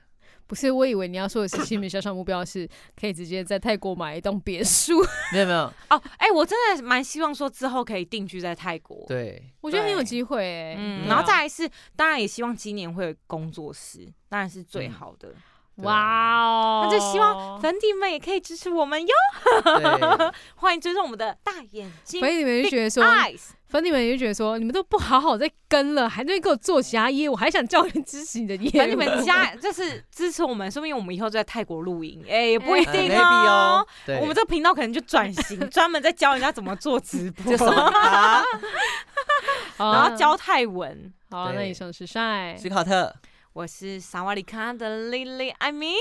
Speaker 4: 不是，我以为你要说的是新民小小目标是可以直接在泰国买一栋别 墅，
Speaker 5: 没有没有，
Speaker 3: 哦，哎、我真的蛮希望说之后可以定居在泰国。，
Speaker 5: 对，
Speaker 4: 我觉得很有
Speaker 3: 对
Speaker 4: 机会哎、
Speaker 3: 嗯，
Speaker 5: 对
Speaker 3: 然后
Speaker 5: 啊
Speaker 3: 再来是，当然也希望今年会有工作室，当然是最
Speaker 5: 嗯
Speaker 3: 好的。
Speaker 4: 哇哦，
Speaker 3: 那就希望粉底们也可以支持我们哟，
Speaker 5: 对，
Speaker 3: 欢迎追踪我们的大眼睛
Speaker 4: 所以你们就觉得说，
Speaker 3: eyes。
Speaker 4: 粉底们就觉得说，你们都不好好在跟了，还在那边给我做其他业务，我还想叫人支持你的业务。
Speaker 3: 反正你 们家就是支持我们，说不定我们以后就在泰国露营，哎、也不一
Speaker 5: 呃
Speaker 3: 定
Speaker 5: maybe
Speaker 3: 哦
Speaker 5: 哦。，对，
Speaker 3: 我们这频道可能就转 型，专门在教人家怎么做直播
Speaker 5: 这，什么啊？
Speaker 4: 好
Speaker 3: 然
Speaker 4: 啊
Speaker 3: 后教泰文。
Speaker 4: 好啊，
Speaker 5: 对
Speaker 4: 那以上是晒，
Speaker 5: 史考特，
Speaker 3: 我是萨瓦迪卡的 Lily 艾米，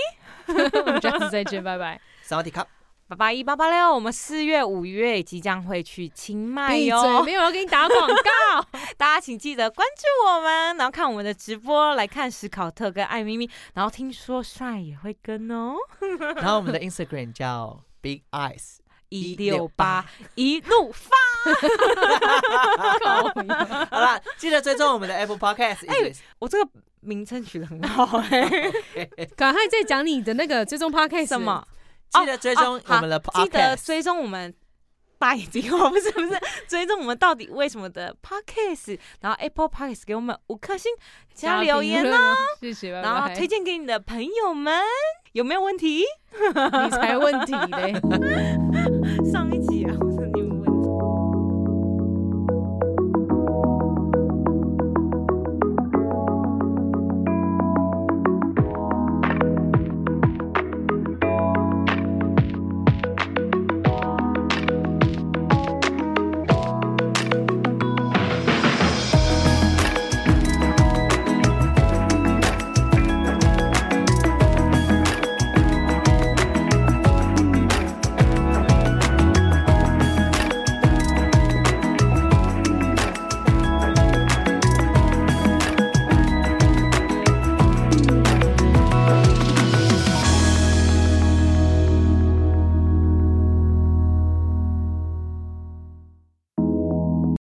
Speaker 4: 我们下次再见，拜 拜。
Speaker 5: 萨瓦迪卡，
Speaker 3: 八八一八八六，我们四月、五月即将会去清迈
Speaker 4: 闭嘴，
Speaker 3: 哟
Speaker 4: 没，有要给你打广告。
Speaker 3: 大家请记得关注我们，然后看我们的直播，来看史考特跟艾咪咪，然后听说帅也会跟哦，
Speaker 5: 然后我们的 Instagram 叫 Big Eyes，
Speaker 3: 一
Speaker 5: 168
Speaker 3: 六八一路发，
Speaker 4: 靠你
Speaker 5: 好啦，记得追踪我们的 Apple Podcast，以及
Speaker 3: 我这个名称取得很 好哎、
Speaker 4: 赶快再讲你的那个追踪 podcast
Speaker 3: 什么？？
Speaker 5: 记得追踪
Speaker 3: 哦好
Speaker 5: 我们的 Podcast，
Speaker 3: 记得追踪我们大眼睛哦，不是 不是，追踪我们到底为什么的 podcast，然后 Apple podcast 给我们五颗星加留言
Speaker 4: 评
Speaker 3: 呢、
Speaker 4: 论哦， 谢谢，拜
Speaker 3: 然后
Speaker 4: 拜。
Speaker 3: 推荐给你的朋友们，有没有问题？
Speaker 4: 你才问题嘞。
Speaker 3: 上啊